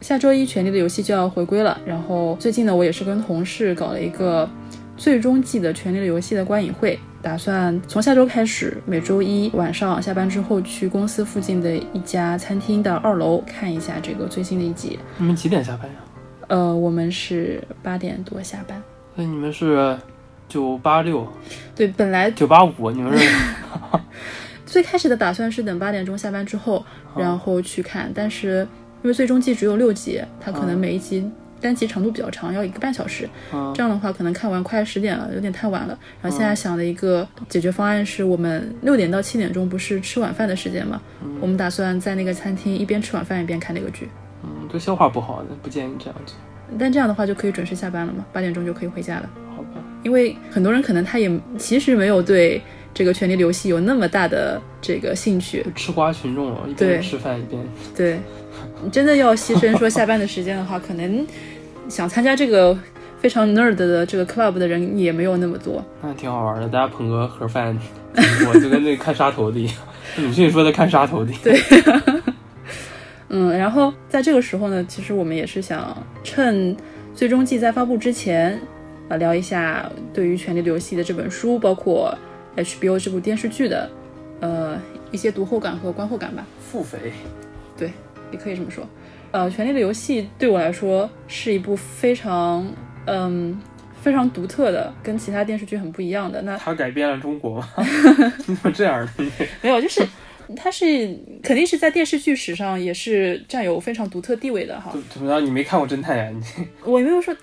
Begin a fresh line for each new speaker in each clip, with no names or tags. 下周一《权力的游戏》就要回归了，然后最近呢，我也是跟同事搞了一个最终季的《权力的游戏》的观影会，打算从下周开始，每周一晚上下班之后去公司附近的一家餐厅的二楼看一下这个最新的一集。
你们几点下班呀？
呃，我们是八点多下班。
那哎你们是九八六、
对，本来
九八五？你们是？
最开始的打算是等八点钟下班之后，然后去看，但是因为最终季只有六集，它可能每一集单集长度比较长，要一个半小时。
嗯
这样的话，可能看完快十点了，有点太晚了。然后现在想的一个解决方案是，我们六点到七点钟不是吃晚饭的时间嘛？我们打算在那个餐厅一边吃晚饭一边看那个剧，
嗯，对消化不好，不建议这样做，
但这样的话就可以准时下班了嘛，八点钟就可以回家了。
好吧？
因为很多人可能他也其实没有对这个《权力的游戏》有那么大的这个兴趣，
就吃瓜群众了，一
对
边吃饭一 边
对，你真的要牺牲说下班的时间的话，可能想参加这个非常 nerd 的这个 club 的人也没有那么多。
那挺好玩的，大家捧个盒饭， 我就跟那个看杀头的一样。鲁迅说的看杀头的，对，
嗯，然后在这个时候呢，其实我们也是想趁最终季在发布之前，啊，聊一下对于《权力的游戏》的这本书，包括 HBO 这部电视剧的，呃，一些读后感和观后感吧。
腹诽，
也可以这么说。呃，《权力的游戏》对我来说是一部非常，嗯，非常独特的，跟其他电视剧很不一样的。那
他改变了 中国吗？你怎么这样的？
没有，就是它是肯定是在电视剧史上也是占有非常独特地位的哈。
怎怎么着？你没看过侦探呀？你
我没有说，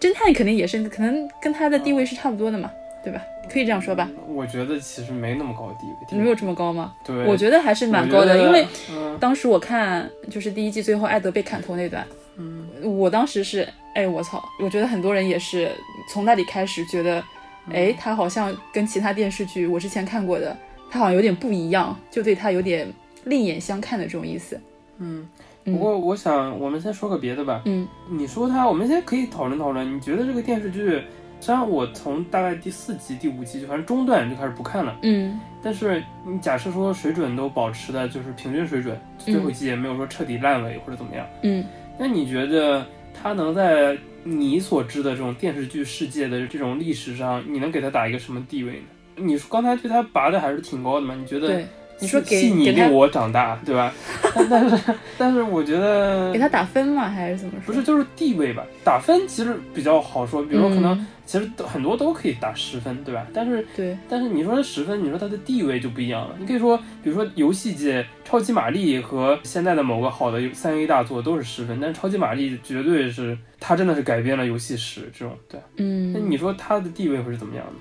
侦探肯定也是，可能跟他的地位是差不多的嘛，对吧？可以这样说吧？
我觉得其实没那么高地位，
没有这么高吗？
对，
我觉得还是蛮高的，
我觉得
因为
嗯
当时我看就是第一季最后艾德被砍头那段，
嗯，
我当时是，哎，我操！我觉得很多人也是从那里开始觉得，
嗯
哎，他好像跟其他电视剧我之前看过的，他好像有点不一样，就对他有点另眼相看的这种意思。
嗯不过我想我们先说个别的吧。
嗯，
你说它，我们先可以讨论讨论。你觉得这个电视剧，虽然我从大概第四集、第五集，就反正中段就开始不看了，
嗯
但是你假设说水准都保持的就是平均水准，最后一季也没有说彻底烂尾或者怎么样，
嗯，
那你觉得它能在你所知的这种电视剧世界的这种历史上，你能给它打一个什么地位呢？你说刚才对它拔的还是挺高的嘛？你觉得
对，你说
戏
给
你
给他
令我长大，对吧？ 但但是但是我觉 得
给他打分吗？还是怎么说？
不是，就是地位吧。打分其实比较好说，比如说可能
嗯
其实都很多都可以打十分，对吧？但是
对，
但是你说十分，你说它的地位就不一样了。你可以说，比如说游戏界超级玛丽和现在的某个好的三 A 大作都是十分，但是超级玛丽绝对是它真的是改变了游戏史这种，对。那
嗯
你说它的地位会是怎么样的？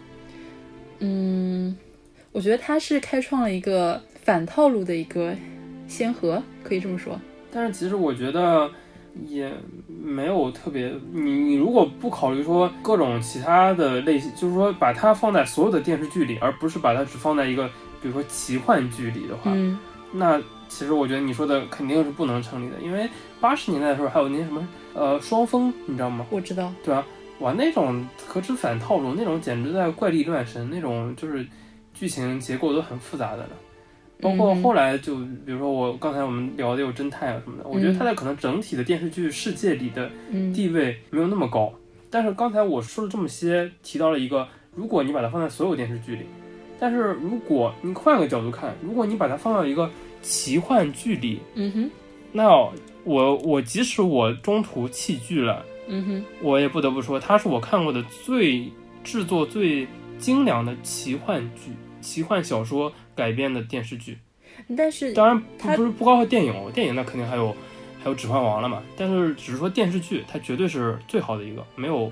嗯，我觉得他是开创了一个反套路的一个先河，可以这么说。
但是其实我觉得也没有特别，你你如果不考虑说各种其他的类型，就是说把它放在所有的电视剧里，而不是把它只放在一个比如说奇幻剧里的话，
嗯，
那其实我觉得你说的肯定是不能成立的，因为八十年代的时候还有那些什么呃双峰，你知道吗？
我知道。
对啊，哇那种可知反套路，那种简直在怪力乱神，那种就是剧情结构都很复杂的了。包括
嗯
后来就比如说我刚才我们聊的有侦探啊什么的，我觉得
嗯
他在可能整体的电视剧世界里的
嗯
地位没有那么高。但是刚才我说了这么些，提到了一个，如果你把它放在所有电视剧里，但是如果你换个角度看，如果你把它放到一个奇幻剧里，
嗯哼
那我我即使我中途弃剧了，
嗯哼
我也不得不说，它是我看过的最制作最精良的奇幻剧、奇幻小说改编的电视剧。
但是
当然不
它
不是不包括电影，哦电影那肯定还有还有《指环王》了嘛。但是只是说电视剧，它绝对是最好的一个，没有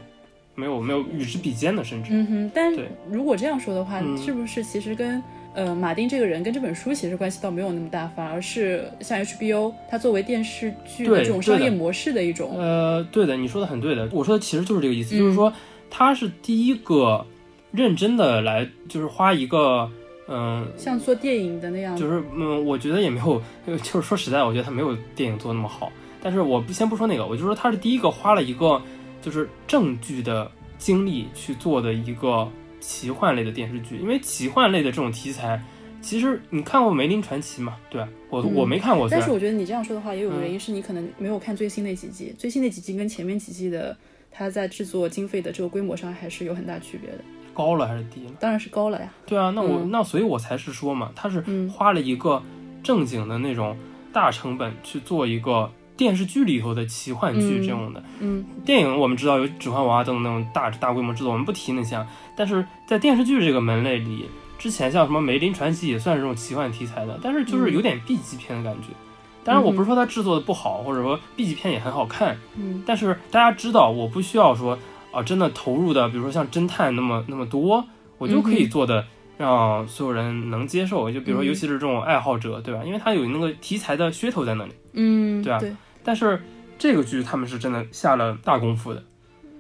没有没有与之比肩的，甚至。
嗯哼，但
对
如果这样说的话，
嗯
是不是其实跟呃马丁这个人跟这本书其实关系倒没有那么大，反而是像 HBO 它作为电视剧的
对
这种
对的
商业模式的一种，
呃，对的，你说的很对的。我说的其实就是这个意思，
嗯
就是说它是第一个认真的来，就是花一个嗯。
像做电影的那样。
就是嗯，我觉得也没有，呃就是说实在，我觉得他没有电影做得那么好。但是我不先不说那个，我就说他是第一个花了一个就是正剧的精力去做的一个奇幻类的电视剧，因为奇幻类的这种题材，其实你看过《梅林传奇》吗？对吧？我、
嗯
我没看过，虽
但
然
是我觉得你这样说的话，也有个
嗯
原因是你可能没有看最新那几季，最新那几季跟前面几季的它在制作经费的这个规模上还是有很大区别的，
高了还是低了？
当然是高了呀。
对啊，那我、
嗯
那所以我才是说嘛，他是
嗯
花了一个正经的那种大成本去做一个电视剧里头的奇幻剧
嗯
这种的。
嗯
电影我们知道有《指环王》啊等等那种大大规模制作，我们不提那些啊。但是在电视剧这个门类里，之前像什么《梅林传奇》也算是这种奇幻题材的，但是就是有点 B 级片的感觉。当然，我不是说它制作的不好，或者说 B 级片也很好看，
嗯
但是大家知道，我不需要说啊、真的投入的，比如说像侦探那么那么多，我就可以
嗯哼
做的让所有人能接受。就比如说，
嗯
尤其是这种爱好者，对吧？因为它有那个题材的噱头在那里。
嗯，
对啊
对，
但是这个剧他们是真的下了大功夫的，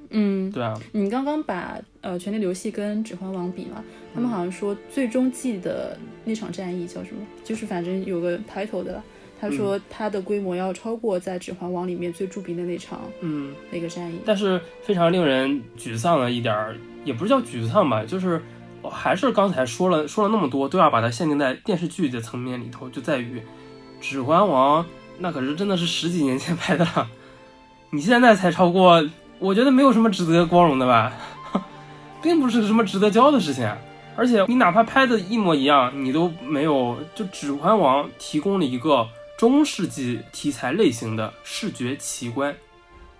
嗯。
对啊，
你刚刚把呃《权力游戏》跟《指环王》比嘛，他们
嗯
好像说最终季的那场战役叫什么？就是反正有个 title 的啦。他说
嗯
它的规模要超过在《指环王》里面最著名的那场
嗯。
那个战役。
但是非常令人沮丧的一点儿，也不是叫沮丧吧，就是我还是刚才说了说了那么多，都要把它限定在电视剧的层面里头，就在于《指环王》那可是真的是十几年前拍的了，你现在才超过，我觉得没有什么值得光荣的吧，并不是什么值得骄傲的事情啊。而且你哪怕拍的一模一样，你都没有就《指环王》提供了一个中世纪题材类型的视觉奇观，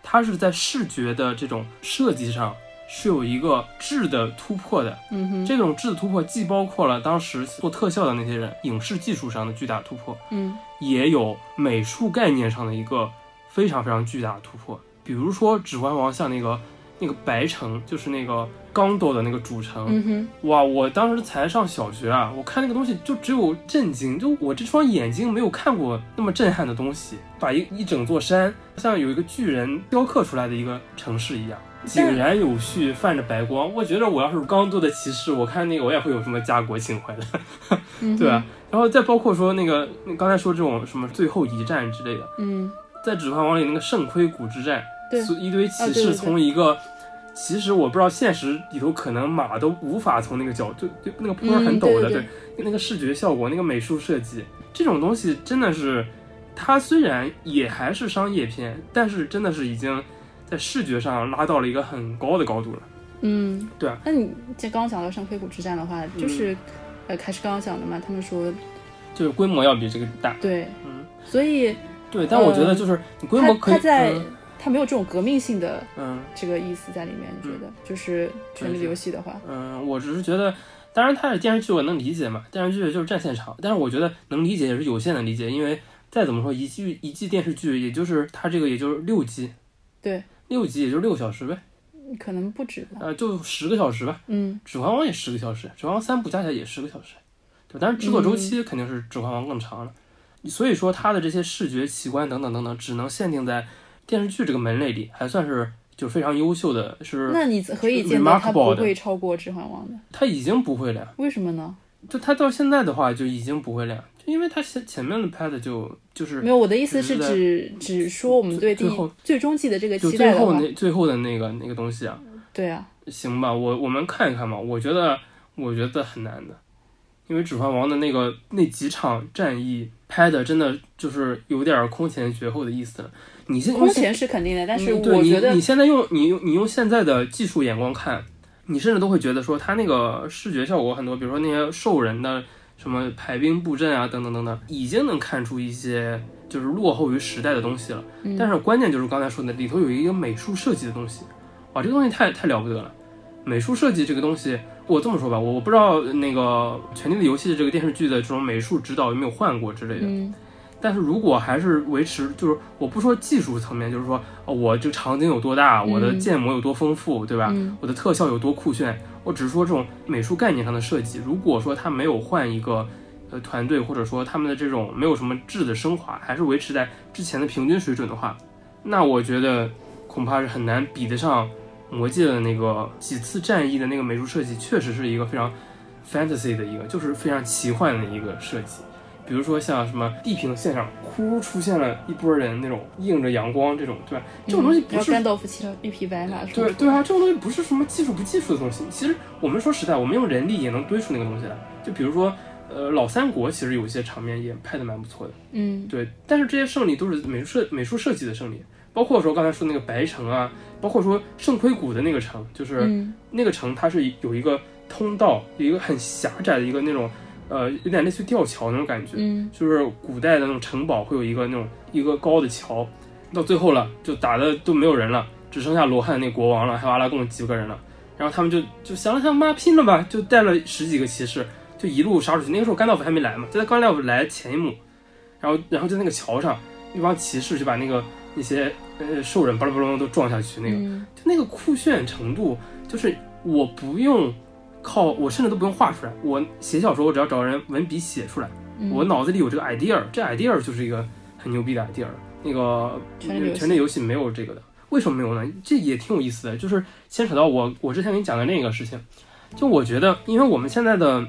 它是在视觉的这种设计上是有一个质的突破的。
嗯哼，
这种质的突破既包括了当时做特效的那些人影视技术上的巨大突破，
嗯
也有美术概念上的一个非常非常巨大的突破。比如说《指环王》像那个那个白城，就是那个刚斗的那个主城，
嗯哼，
哇！我当时才上小学啊，我看那个东西就只有震惊，就我这双眼睛没有看过那么震撼的东西，把一一整座山像有一个巨人雕刻出来的一个城市一样，井然有序，泛着白光。我觉得我要是刚做的骑士，我看那个我也会有什么家国情怀的。
嗯哼
对啊，然后再包括说那个你刚才说这种什么最后一战之类的，
嗯
在《指环王》里那个圣盔谷之战，
对
所以一堆
啊
骑
对对
士
对
从一个，其实我不知道现实里头可能马都无法从那个角，就就那个坡
嗯
很陡的，
对对
那个视觉效果，那个美术设计，这种东西真的是，它虽然也还是商业片，但是真的是已经在视觉上拉到了一个很高的高度了。
嗯，
对啊。嗯
那你这刚刚讲到圣盔谷之战的话，就是、呃，还是刚刚讲的嘛，他们说
就是规模要比这个大，
对，
嗯，
所以
对，但我觉得
呃
就是你规
他
模可以，
他在、
嗯
他没有这种革命性的
嗯，
这个意思在里面，你觉得？就是《权力游戏》的话，
嗯，我只是觉得，当然它是电视剧，我能理解嘛，电视剧就是占现场，但是我觉得能理解也是有限的理解，因为再怎么说一季一季电视剧，也就是它这个也就是六集，
对，
六集也就是六小时呗，
可能不止吧。
呃，就十个小时吧，
嗯
《指环王》也十个小时，《指环王》三部加起来也十个小时，对吧，但是制作周
嗯
期肯定是《指环王》更长了，所以说它的这些视觉奇观等等等等，只能限定在电视剧这个门类里，还算是就非常优秀的，是
嗯那你何以见得它
remarkable
不
的
会超过《指环王》的？
它已经不会了呀。
为什么呢？
就他到现在的话，就已经不会亮，就因为他前前面的拍的就就是
没有，我的意思
只
是
是在
指只说我们对第
最后
最终季的这个
就
期待
最
的
后
话，
那最后的那个那个东西啊，
对啊，
行吧，我我们看一看吧，我觉得我觉得很难的，因为《指环王》的那个那几场战役拍的真的就是有点空前绝后的意思了。你现
空前是肯定的，但是
嗯对
我觉
你
得
你现在用你用你用现在的技术眼光看，你甚至都会觉得说它那个视觉效果很多，比如说那些兽人的什么排兵布阵啊，等等等等，已经能看出一些就是落后于时代的东西了。
嗯
但是关键就是刚才说的，里头有一个美术设计的东西，哇，这个东西太太了不得了。美术设计这个东西，我这么说吧，我我不知道那个《权力的游戏》这个电视剧的这种美术指导有没有换过之类的。
嗯
但是如果还是维持，就是我不说技术层面，就是说呃我这个场景有多大，
嗯
我的建模有多丰富，对吧？
嗯
我的特效有多酷炫，我只是说这种美术概念上的设计。如果说他没有换一个呃团队，或者说他们的这种没有什么质的升华，还是维持在之前的平均水准的话，那我觉得恐怕是很难比得上《魔戒》的那个几次战役的那个美术设计，确实是一个非常 fantasy 的一个，就是非常奇幻的一个设计。比如说像什么地平线上忽出现了一波人那种映着阳光这种，对吧？这种东西不
嗯要
是
甘道夫骑着一匹白马，是吧
对对啊，这种东西不是什么技术不技术的东西。其实我们说实在，我们用人力也能堆出那个东西来。就比如说呃，老三国其实有一些场面也拍的蛮不错的，
嗯
对。但是这些胜利都是美术设美术设计的胜利，包括说刚才说那个白城啊，包括说圣盔谷的那个城，就是、
嗯
那个城它是有一个通道，有一个很狭窄的一个那种，呃，有点类似于吊桥那种感觉，
嗯
就是古代的那种城堡会有一个那种一个高的桥，到最后了就打的都没有人了，只剩下罗汉那国王了，还有阿拉贡几个人了，然后他们就就想了想，妈拼了吧，就带了十几个骑士，就一路杀出去。那个时候甘道夫还没来嘛，就在甘道夫来前一幕，然后然后就那个桥上，那帮骑士就把那个那些呃兽人巴拉巴拉都撞下去那个。
嗯
就那个酷炫程度，就是我不用靠，我甚至都不用画出来，我写小说我只要找人文笔写出来，
嗯
我脑子里有这个 idea，这 idea 就是一个很牛逼的 idea。那个嗯
权力游戏
权力游戏没有这个的，为什么没有呢？这也挺有意思的，就是牵扯到我我之前给你讲的另一个事情，就我觉得，因为我们现在的，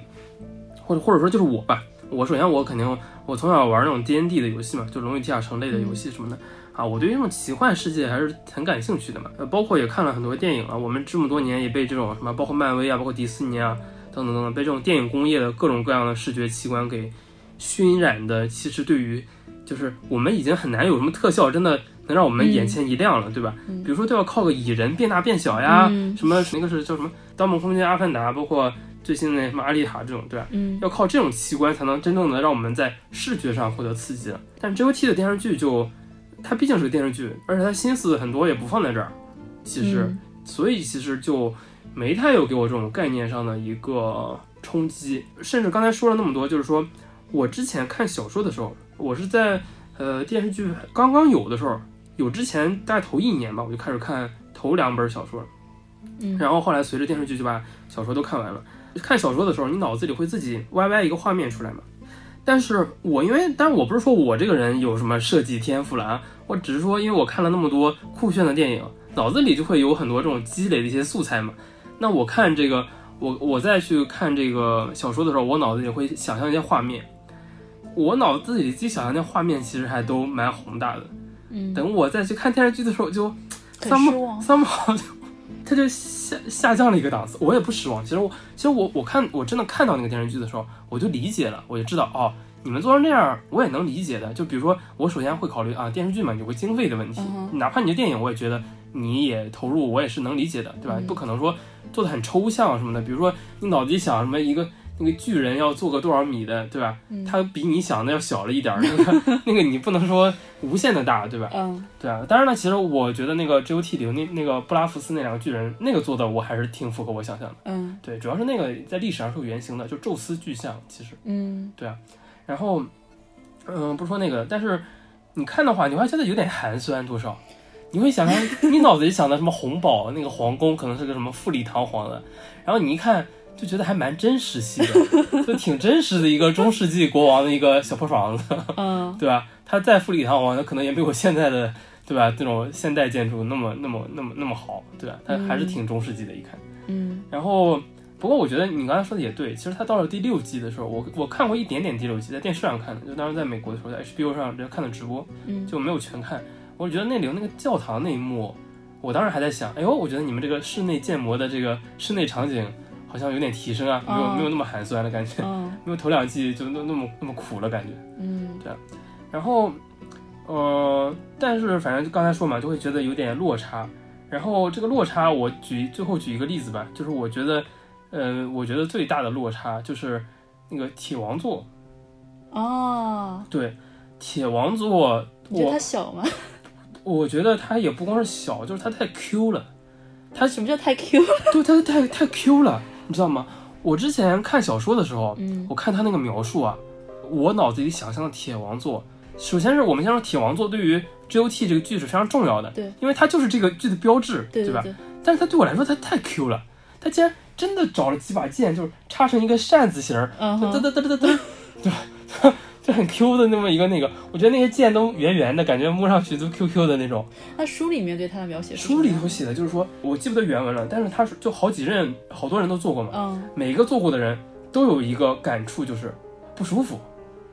或者或者说就是我吧，我首先我肯定我从小玩那种 D N D 的游戏嘛，就《龙与地下城》类的游戏什
嗯
么的。啊，我对于这种奇幻世界还是很感兴趣的嘛，呃，包括也看了很多电影啊，我们这么多年也被这种什么，包括漫威啊，包括迪士尼啊，等等等等，被这种电影工业的各种各样的视觉奇观给熏染的。其实对于，就是我们已经很难有什么特效真的能让我们眼前一亮了，对吧？
嗯
比如说都要靠个蚁人变大变啊小呀，
嗯
什么那个是叫什么《盗梦空间》《阿凡达》，包括最新的那什么《阿丽塔》这种，对吧？
嗯
要靠这种奇观才能真正的让我们在视觉上获得刺激。但 GOT 的电视剧就，它毕竟是个电视剧，而且它心思很多也不放在这儿，其实，
嗯
所以其实就没太有给我这种概念上的一个冲击。甚至刚才说了那么多，就是说我之前看小说的时候，我是在呃电视剧刚刚有的时候，有之前大概头一年吧，我就开始看头两本小说，
嗯
然后后来随着电视剧就把小说都看完了。看小说的时候，你脑子里会自己歪歪一个画面出来嘛？但是我因为，但我不是说我这个人有什么设计天赋了啊，我只是说，因为我看了那么多酷炫的电影，脑子里就会有很多这种积累的一些素材嘛。那我看这个，我我再去看这个小说的时候，我脑子里会想象一些画面。我脑子里自己想象的画面其实还都蛮宏大的。
嗯，
等我再去看电视剧的时候，就
很失望，
三毛就他就下下降了一个档次，我也不失望。其实我其实我我看我真的看到那个电视剧的时候，我就理解了，我就知道哦，你们做成这样我也能理解的。就比如说我首先会考虑啊，电视剧嘛有个经费的问题
嗯，
哪怕你的电影我也觉得你也投入我也是能理解的，对吧
嗯？
不可能说做的很抽象什么的，比如说你脑子里想什么一个。那个巨人要做个多少米的，对吧？
嗯
它比你想的要小了一点儿，那个 那个你不能说无限的大，对吧？
嗯
对啊，当然了，其实我觉得那个 GOT 里那那个布拉福斯那两个巨人，那个做的我还是挺符合我想象的。
嗯
对，主要是那个在历史上是有原型的，就宙斯巨像其实。
嗯
然后，嗯、不说那个，但是你看的话，你会觉得有点寒酸，多少？你会想象你脑子里想的什么红堡那个皇宫可能是个什么富丽堂皇的，然后你一看就觉得还蛮真实系的，就挺真实的一个中世纪国王的一个小破房子。
嗯
对吧？它再富丽堂皇，它可能也没有现在的，对吧？这种现代建筑那么那么那么那么好，对吧？它还是挺中世纪的，一看。
嗯
然后，不过我觉得你刚才说的也对，其实它到了第六季的时候，我我看过一点点第六季，在电视上看的，就当时在美国的时候，在 HBO 上看的直播，
嗯
就没有全看。我觉得那里有那个教堂那一幕，我当时还在想，哎呦，我觉得你们这个室内建模的这个室内场景好像有点提升啊，没有
哦
没有那么寒酸的感觉，
嗯
没有头两季就那那么那么苦了感觉。
嗯
然后，呃，但是反正就刚才说嘛，就会觉得有点落差。然后这个落差，我举最后举一个例子吧，就是我觉得，呃，我觉得最大的落差就是那个铁王座，
哦，
对，铁王座，
你觉得
我
它小吗？
我觉得它也不光是小，就是它太 Q 了，它
什么叫太 Q？
对它太太 Q 了，你知道吗？我之前看小说的时候，
嗯
我看他那个描述啊，我脑子里想象的铁王座，首先是我们先说铁王座对于 GOT 这个剧是非常重要的，
对，
因为它就是这个剧的标志，
对
吧？
对，
但是它对我来说，它太 Q 了，它竟然真的找了几把剑，就是插成一个扇子形儿，
嗯
噔噔
哼
噔噔噔噔，对吧？ 就很 Q 的那么一个那个，我觉得那些剑都圆圆的，感觉摸上去都 QQ 的那种。
那书里面对它的描写是什
书
么
里
样
头写的就是说，我记不得原文了，但是他就好几任，好多人都做过嘛，
嗯
每个做过的人都有一个感触，就是不舒服。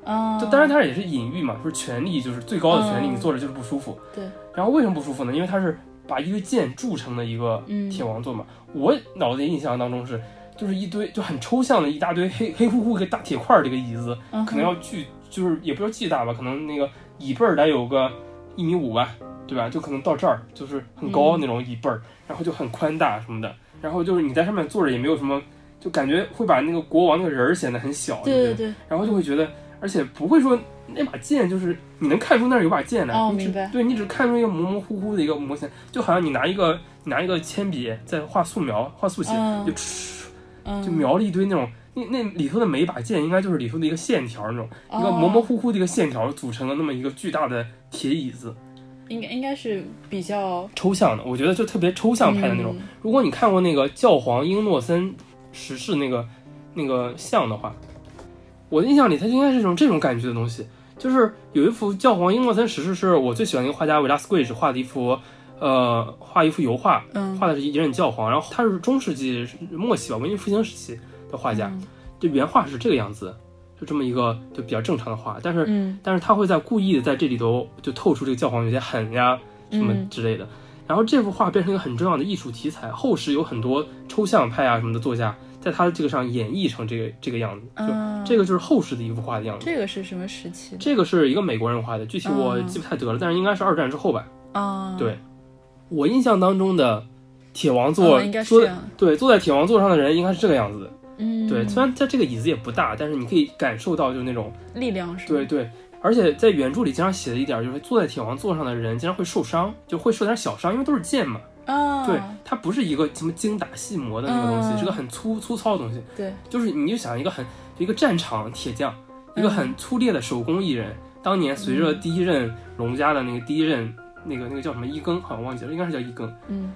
啊，
就当然它也是隐喻嘛，说权力就是最高的权力，
嗯
你坐着就是不舒服。
对。
然后为什么不舒服呢？因为它是把一个剑铸成的一个
嗯
铁王座嘛。我脑子里印象当中是，就是一堆就很抽象的一大堆黑黑乎乎一个大铁块儿这个椅子，
嗯哼
可能要巨就是也不是巨大吧，可能那个椅背儿得有个一米五吧，对吧？就可能到这儿，就是很
嗯
高那种椅背儿，然后就很宽大什么的，然后就是你在上面坐着也没有什么，就感觉会把那个国王那个人儿显得很小，
对
不
对对，
然后就会觉得，而且不会说那把剑就是你能看出那儿有把剑来，
哦
你只
明白
对你只看出一个模模糊糊的一个模型，就好像你拿一个你拿一个铅笔在画素描、画速写，
嗯
就嗤
嗯，
就描了一堆那种。那那里头的每一把剑应该就是里头的一个线条那种，
哦
一个模模糊糊的一个线条组成了那么一个巨大的铁椅子，
应该应该是比较
抽象的，我觉得就特别抽象派的那种。
嗯
如果你看过那个教皇英诺森十世那个那个像的话，我的印象里它就应该是这种这种感觉的东西。就是有一幅教皇英诺森十世是我最喜欢的一个画家维拉斯奎什画的一幅，呃，画一幅油画，
嗯
画的是一任教皇，然后他是中世纪末期吧，文艺复兴时期的画家，就原画是这个样子，就这么一个就比较正常的画，但是
嗯
但是他会在故意的在这里头就透出这个教皇有些狠呀什么
嗯
之类的。然后这幅画变成一个很重要的艺术题材，后世有很多抽象派啊什么的作家在他这个上演绎成这个这个样子，就、
嗯，
这个就是后世的一幅画的样子。
这个是什么时期的
这个是一个美国人画的，具体我
嗯
记不太得了，但是应该是二战之后吧。
啊？
对我印象当中的铁王座、
嗯应该是
坐
这
在
样，
对坐在铁王座上的人应该是这个样子的。
嗯，
对，虽然他这个椅子也不大，但是你可以感受到就是那种
力量是
对
吧，
对，而且在原著里经常写的一点就是，坐在铁王座上的人经常会受伤，就会受点小伤，因为都是剑嘛。
啊，
对，它不是一个什么精打细磨的那个东西，
嗯
是个很粗粗糙的东西。
对
就是你就想一个很一个战场铁匠，一个很粗劣的手工艺人。当年随着第一任龙家的那个第一任那个那个叫什么一更，好像忘记了，应该是叫一更。
嗯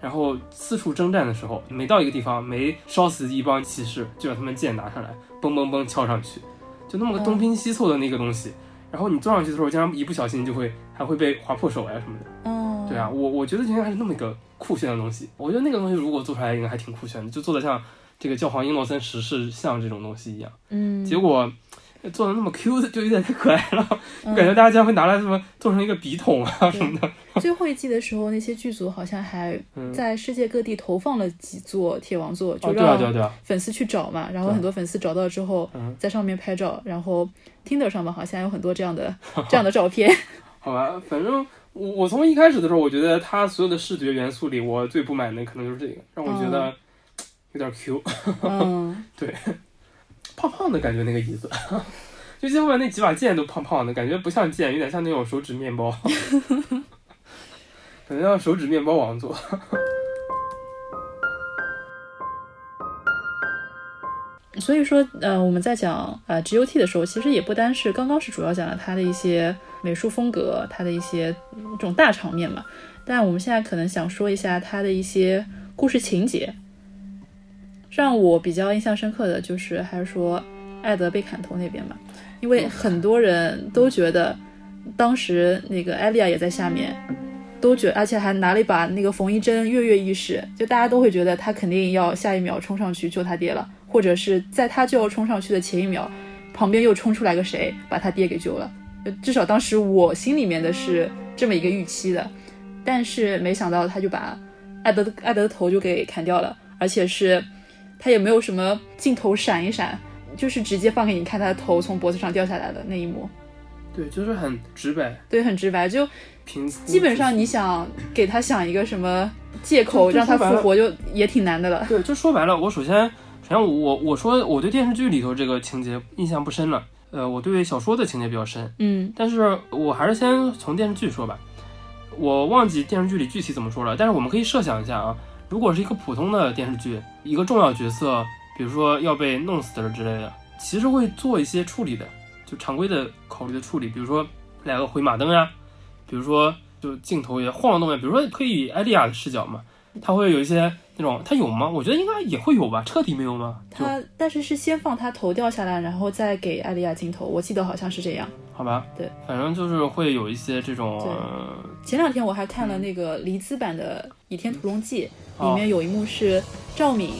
然后四处征战的时候，每到一个地方，没烧死一帮骑士，就把他们剑拿上来，嘣嘣嘣敲上去，就那么个东拼西凑的那个东西。然后你坐上去的时候，经常一不小心就会还会被划破手呀、什么的。
嗯，
对啊，我我觉得应该是那么一个酷炫的东西。我觉得那个东西如果做出来，应该还挺酷炫的，就做的像这个教皇英诺森十世像这种东西一样。
嗯，
结果呃做的那么 Q 的，就有点太可爱了，
嗯
感觉大家竟然会拿来什么做成一个笔筒啊什么的。
最后一季的时候，那些剧组好像还
嗯，
在世界各地投放了几座铁王座，就
哦，对啊，对啊，
让
对啊，
粉丝去找嘛。然后
对啊
很多粉丝找到之后
嗯，
在上面拍照。然后 Tinder 上面好像有很多这样 的这样的照片。
好吧，反正我我从一开始的时候，我觉得它所有的视觉元素里，我最不满的可能就是这个，让我觉
哦
得有点 Q，、
嗯，
胖胖的感觉那个椅子， 就最后面那几把剑都胖胖的，感觉不像剑，有点像那种手指面包， 感觉像手指面包王座。
所以说，呃，我们在讲呃 GOT 的时候，其实也不单是刚刚是主要讲了它的一些美术风格，它的一些嗯这种大场面嘛。但我们现在可能想说一下它的一些故事情节。让我比较印象深刻的就是，还是说艾德被砍头那边嘛，因为很多人都觉得当时那个艾莉亚也在下面，都觉而且还拿了一把那个缝衣针跃跃欲试，就大家都会觉得他肯定要下一秒冲上去救他爹了，或者是在他就要冲上去的前一秒，旁边又冲出来个谁把他爹给救了。就至少当时我心里面的是这么一个预期的，但是没想到他就把艾德的艾德的头就给砍掉了，而且是他也没有什么镜头闪一闪，就是直接放给你看他的头从脖子上掉下来的那一幕，
对，就是很直白，
对，很直白，就
平铺
基本上你想给他想一个什么借口
就就
让他
说白了
复活，就也挺难的了。
对，就说白了，我首先，首先我我我说我对电视剧里头这个情节印象不深了，呃，我对小说的情节比较深。
嗯
但是我还是先从电视剧说吧，我忘记电视剧里具体怎么说了，但是我们可以设想一下啊，如果是一个普通的电视剧，一个重要角色，比如说要被弄死了之类的，其实会做一些处理的，就常规的考虑的处理，比如说来个回马灯呀、比如说就镜头也晃动呀，比如说可以以艾莉亚的视角嘛，他会有一些那种，他有吗？我觉得应该也会有吧，彻底没有吗？就
他但是是先放他头掉下来，然后再给艾丽亚镜头，我记得好像是这样。
好吧，
对，
反正就是会有一些这种
对
呃
前两天我还看了那个黎姿版的《倚天屠龙记》，
哦
里面有一幕是赵敏，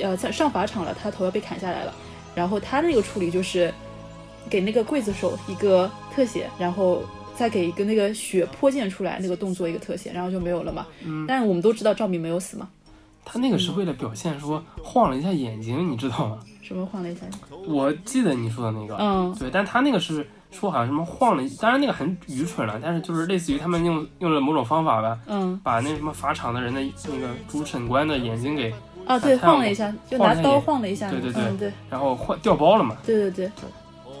呃，在上法场了，她头要被砍下来了，然后她那个处理就是给那个刽子手一个特写，然后再给一个那个血泼溅出来那个动作一个特写，然后就没有了嘛。
嗯
但我们都知道赵敏没有死嘛，
他那个是为了表现说晃了一下眼睛，你知道吗？
什么晃了一下？
我记得你说的那个，
嗯
对，但他那个是说好像什么晃了一，当然那个很愚蠢了，但是就是类似于他们用用了某种方法吧，
嗯
把那什么法场的人的那个主审官的眼睛给，
啊，对，
看我
晃了一下，就拿刀晃了一下。
对对对
嗯，对
然后换掉包了嘛，
对对对。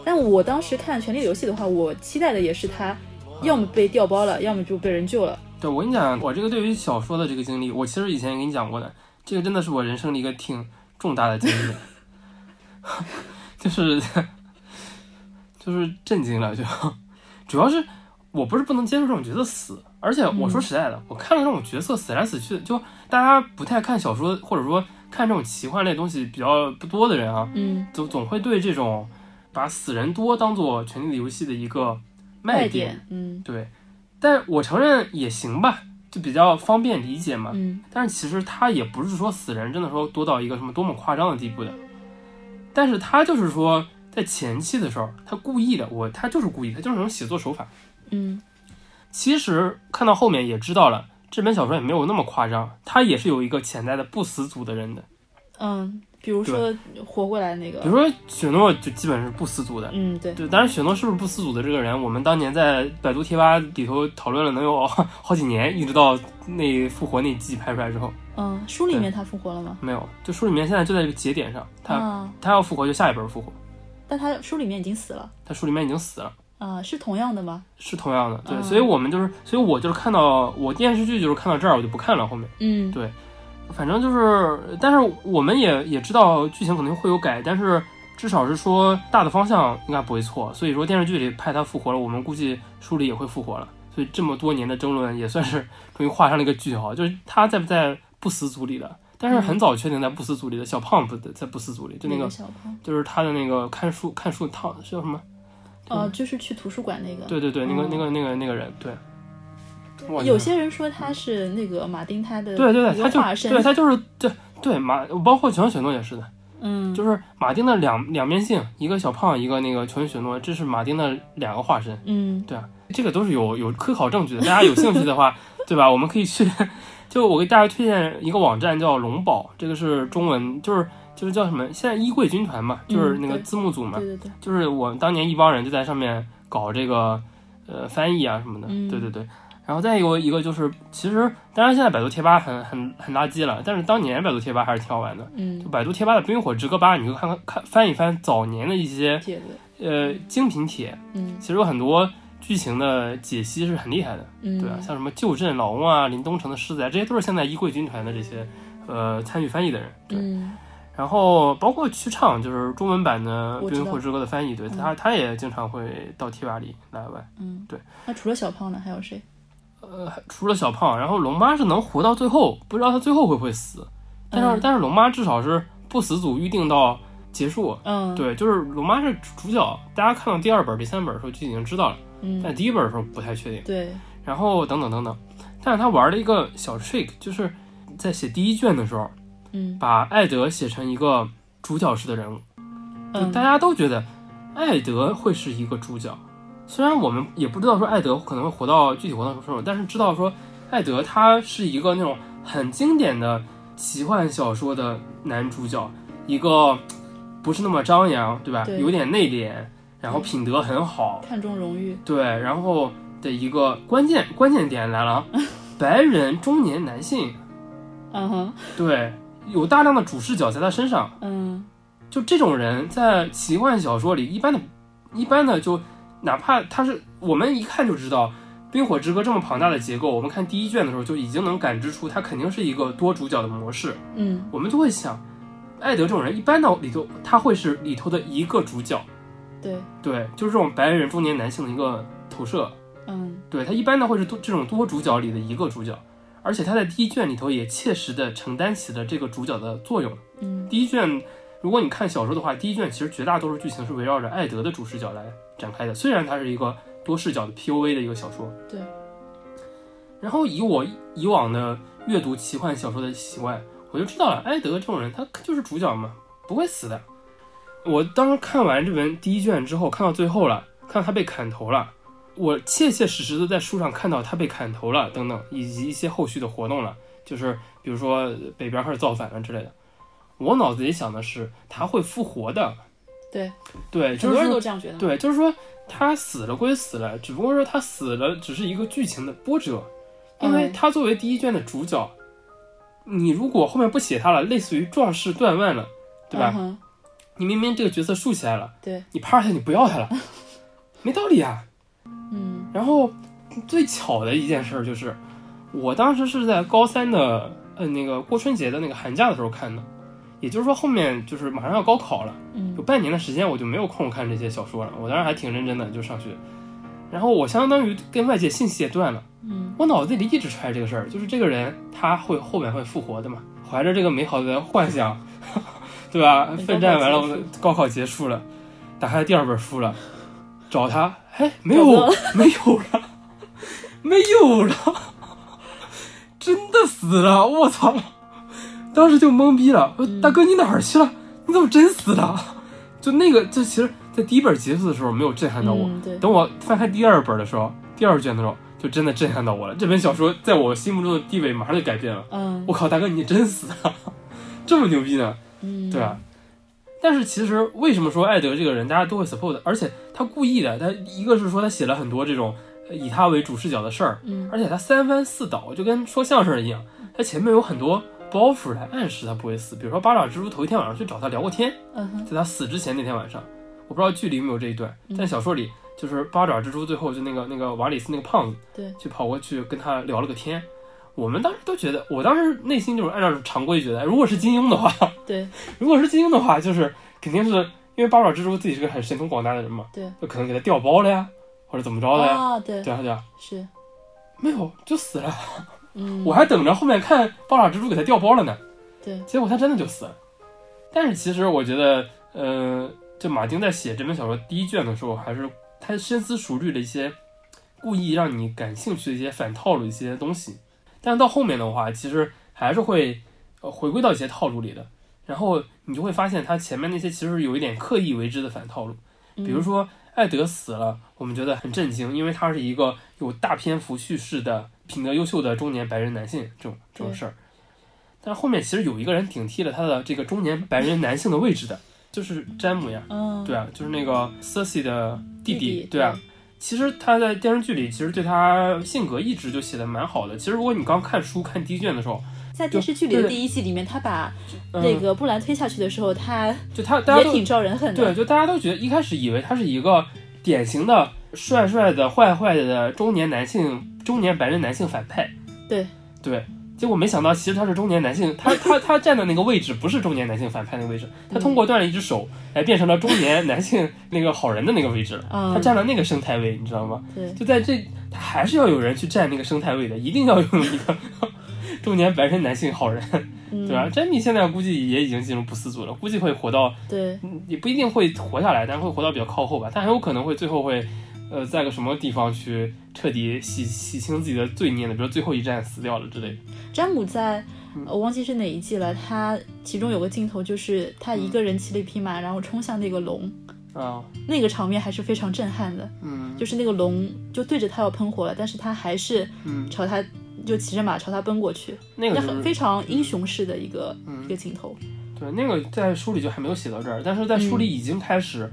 但我当时看《权力游戏》的话，我期待的也是他，要么被调包了，要么就被人救了。
对我跟你讲，我这个对于小说的这个经历，我其实以前也跟你讲过的，这个真的是我人生的一个挺重大的经历， 就是就是震惊了，就主要是我不是不能接受这种角色死，而且我说实在的，我看了这种角色死来死去的，就大家不太看小说或者说看这种奇幻类东西比较不多的人啊，
嗯，
总总会对这种把死人多当做《权力的游戏》的一个卖
卖
点。
点，嗯
对，但我承认也行吧，就比较方便理解嘛。
嗯
但是其实他也不是说死人真的说多到一个什么多么夸张的地步的，但是他就是说在前期的时候，他故意的，我他就是故意的，他就是那种写作手法。
嗯
其实看到后面也知道了，这本小说也没有那么夸张，他也是有一个潜在的不死组的人的。
嗯，比如说活过来那
比如
个，
说雪诺就基本是不死组的，
嗯对，
对，当然雪诺是不是不死组的这个人，我们当年在百度贴吧里头讨论了能有好几年，一直到那复活那季拍出来之后，
嗯，书里面他复活了吗？
没有。就书里面现在就在这个节点上，他、
啊，
他要复活就下一本复活，
但他书里面已经死了
他书里面已经死了，
啊，是同样的吗？
是同样的。对，
嗯
所以我们就是，所以我就是看到我电视剧就是看到这儿，我就不看了后面。
嗯
对反正就是，呃但是我们也也知道剧情可能会有改，但是至少是说大的方向应该不会错。所以说电视剧里派他复活了，我们估计书里也会复活了。所以这么多年的争论也算是终于画上了一个句号，就是他在不在不死组里的，但是很早确定在不死组里的小胖不在不死组里，就那
那
个
小胖，
就是他的那个看书看书烫
嗯
叫什么？
哦，就是去图书馆那个。
对对对，那个
哦
那个那个那个人，对。哇
有些人说他是那个马丁他的
对对
一
对，
个
他
化
就
身，
对他就是对对马，包括全雪诺也是的。
嗯，
就是马丁的两两面性，一个小胖，一个那个琼雪诺，这是马丁的两个化身，
嗯
这个都是有有科考证据的。大家有兴趣的话， 对吧？我们可以去，就我给大家推荐一个网站叫龙宝，这个是中文，就是就是叫什么？现在衣柜军团嘛，就是那个
嗯对
字幕组嘛，
对对对，
就是我当年一帮人就在上面搞这个呃翻译啊什么的，
嗯
对对对。然后再有一个就是，其实当然现在百度贴吧很很很垃圾了，但是当年百度贴吧还是挺好玩的。就
嗯，
百度贴吧的《冰与火之歌八》，你就看看看翻一翻早年的一些
帖子，
呃精品帖，
嗯
其实有很多剧情的解析是很厉害的，
嗯，
对啊，像什么旧镇老翁啊、林东城的狮子啊，这些都是现在一贵军团的这些呃参与翻译的人，对。
嗯
然后包括曲畅，就是中文版的《
我
冰
知
与
道
火之歌》的翻译，对
嗯
他他也经常会到贴吧里来玩。
嗯，
对。
那除了小胖呢，还有谁？
呃，除了小胖，然后龙妈是能活到最后，不知道她最后会不会死，但是、
嗯
但是龙妈至少是不死组预定到结束，
嗯，，
对，就是龙妈是主角，大家看到第二本、第三本的时候就已经知道了，但
嗯，
第一本的时候不太确定。
对，
然后等等等等，但是他玩了一个小 trick，就是在写第一卷的时候，
嗯
把艾德写成一个主角式的人物，
嗯，
大家都觉得艾德会是一个主角。虽然我们也不知道说艾德可能会活到具体活到什么时候，但是知道说艾德他是一个那种很经典的奇幻小说的男主角，一个不是那么张扬，对吧？
对
有点内敛，然后品德很好，
看重荣誉，
对，然后的一个关键关键点来了 啊，白人中年男性，
嗯哼，
对，有大量的主视角在他身上，
嗯
就这种人在奇幻小说里，一般的、一般的就，哪怕他是我们一看就知道，《冰火之歌》这么庞大的结构，我们看第一卷的时候就已经能感知出它肯定是一个多主角的模式，
嗯
我们就会想，艾德这种人一般的里头他会是里头的一个主角，
对，
对，就是这种白人中年男性的一个投射，
嗯
对他一般的会是多这种多主角里的一个主角，而且他在第一卷里头也切实的承担起了这个主角的作用。
嗯
第一卷，如果你看小说的话，第一卷其实绝大多数剧情是围绕着艾德的主视角来展开的，虽然它是一个多视角的 POV 的一个小说。
对。
然后以我以往的阅读奇幻小说的习惯，我就知道了，艾德这种人他就是主角嘛，不会死的。我当时看完这本第一卷之后，看到最后了，看到他被砍头了，我切切实实的在书上看到他被砍头了，等等，以及一些后续的活动了，就是比如说北边开始造反了之类的。我脑子里想的是他会复活的，
对
对，
很
就
多
是
人
说
都这样觉得。
对，就是说他死了归死了，只不过说他死了只是一个剧情的波折，因为
嗯
他作为第一卷的主角，你如果后面不写他了，类似于壮士断腕了，对吧？
嗯哼
你明明这个角色竖起来了，
对，
你啪一下你不要 他了，没道理啊。
嗯
然后最巧的一件事儿就是，我当时是在高三的呃那个过春节的那个寒假的时候看的，也就是说后面就是马上要高考了，有
嗯
半年的时间我就没有空看这些小说了。我当时还挺认真的就上学，然后我相当于跟外界信息也断了，
嗯
我脑子里一直揣着这个事儿，就是这个人他会后面会复活的嘛，怀着这个美好的幻想， 对吧？
嗯
奋战完了，
高考
我
结束
高考结束了，打开第二本书了，找他，哎，没
找不
有
到，
没有了，没有了，真的死了！我操！当时就懵逼了，我说
嗯
大哥你哪儿去了？你怎么真死了？ 就那个，就其实，在第一本结束的时候没有震撼到我，
嗯对，
等我翻开第二本的时候，第二卷的时候，就真的震撼到我了。这本小说在我心目中的地位马上就改变了。
嗯
我靠，大哥你真死了， 这么牛逼呢，
嗯
对啊吧？？但是其实为什么说艾德这个人大家都会 support，而且他故意的，他一个是说他写了很多这种呃以他为主视角的事儿，
嗯
而且他三番四倒，就跟说相声一样，他前面有很多包袱来暗示他不会死，比如说八爪蜘蛛头一天晚上去找他聊过天，
嗯哼
在他死之前那天晚上，我不知道剧里有没有这一段，
嗯
但小说里就是八爪蜘蛛最后就那个那个瓦里斯那个胖子，
对
就跑过去跟他聊了个天。我们当时都觉得，我当时内心就是按照常规觉得，哎如果是金庸的话，
对
如果是金庸的话，就是肯定是因为八爪蜘蛛自己是个很神通广大的人嘛，
对，
就可能给他调包了呀，或者怎么着了呀，
啊对
对啊对啊，
是
没有就死了，
嗯
我还等着后面看八爪蜘蛛给他调包了呢，
对
结果他真的就死了。但是其实我觉得，呃，这马丁在写这本小说第一卷的时候，还是他深思熟虑的一些故意让你感兴趣的一些反套路的一些东西。但是到后面的话，其实还是会呃回归到一些套路里的。然后你就会发现，他前面那些其实有一点刻意为之的反套路。
嗯
比如说艾德死了，我们觉得很震惊，因为他是一个有大篇幅叙事的、品德优秀的中年白人男性这种这种事儿。但是后面其实有一个人顶替了他的这个中年白人男性的位置的，就是詹姆呀，
嗯
对啊，就是那个 Cersei 的弟
弟弟
对啊。其实他在电视剧里，其实对他性格一直就写的蛮好的。其实如果你刚看书看第一卷的时候，
在电视剧里
啊对
的
对
第一季里面，他把
嗯、
那个布兰推下去的时候，他
就他大家
也
都
挺招人恨
对，
的。
就大家都觉得一开始以为他是一个典型的帅帅的、坏坏的中年男性、中年白人男性反派。
对
对，结果没想到其实他是中年男性，他他他站的那个位置不是中年男性反派那个位置，他通
嗯
过断了一只手来变成了中年男性那个好人的那个位置了。
嗯
他占了那个生态位，你知道吗？
对
就在这，他还是要有人去占那个生态位的，一定要有一个中年白人男性好人，
嗯
对吧？詹米现在估计也已经进入不死组了，估计会活到
对
嗯也不一定会活下来，但会活到比较靠后吧。但很有可能会最后会，呃，在个什么地方去彻底洗洗清自己的罪孽的，比如最后一战死掉了之类的。
詹姆在
嗯
我忘记是哪一季了，他其中有个镜头就是他一个人骑了一匹马，然后冲向那个龙，
啊，
那个场面还是非常震撼的。
嗯，
就是那个龙就对着他要喷火了，但是他还是
嗯，
朝他就骑着马朝他奔过去，
那个
那
就
很
是
非常英雄式的一个一
嗯，
个镜头。
对，那个在书里就还没有写到这儿，但是在
嗯
书里已经开始，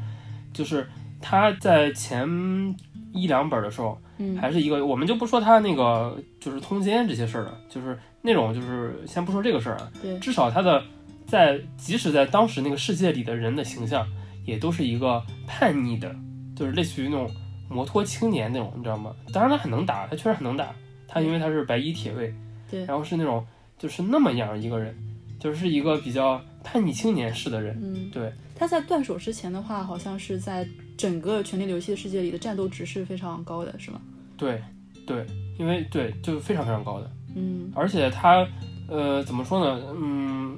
就是他在前一两本的时候，
嗯
还是一个，我们就不说他那个就是通奸这些事儿了，就是那种就是先不说这个事儿啊，
对
至少他的在即使在当时那个世界里的人的形象，也都是一个叛逆的，就是类似于那种摩托青年那种，你知道吗？当然他很能打，他确实很能打，他因为他是白衣铁卫，
对
然后是那种就是那么样一个人，就是一个比较叛逆青年式的人，
嗯，
对。
他在断手之前的话，好像是在整个《权力游戏》的世界里的战斗值是非常高的，是吗？
对，对，因为对就是非常非常高的。
嗯
而且他，呃，怎么说呢？嗯，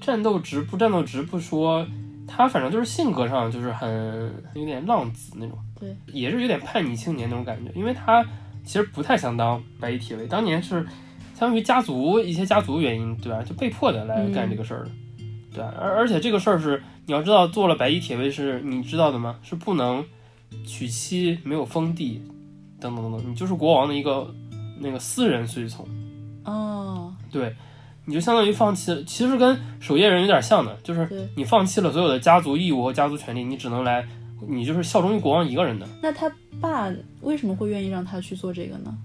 战斗值不战斗值不说，他反正就是性格上就是很有点浪子那种，
对，
也是有点叛逆青年那种感觉，因为他其实不太想当白衣铁卫，当年是相当于家族一些家族原因，对吧？就被迫的来干这个事儿的。
嗯
对啊，而而且这个事儿是你要知道，做了白衣铁卫是你知道的吗？是不能娶妻，没有封地，等等等等，你就是国王的一个那个私人随从。
哦，
对，你就相当于放弃
嗯
了，其实跟守夜人有点像的，就是
对
你放弃了所有的家族义务和家族权利，你只能来，你就是效忠于国王一个人的。
那他爸为什么会愿意让他去做这个呢？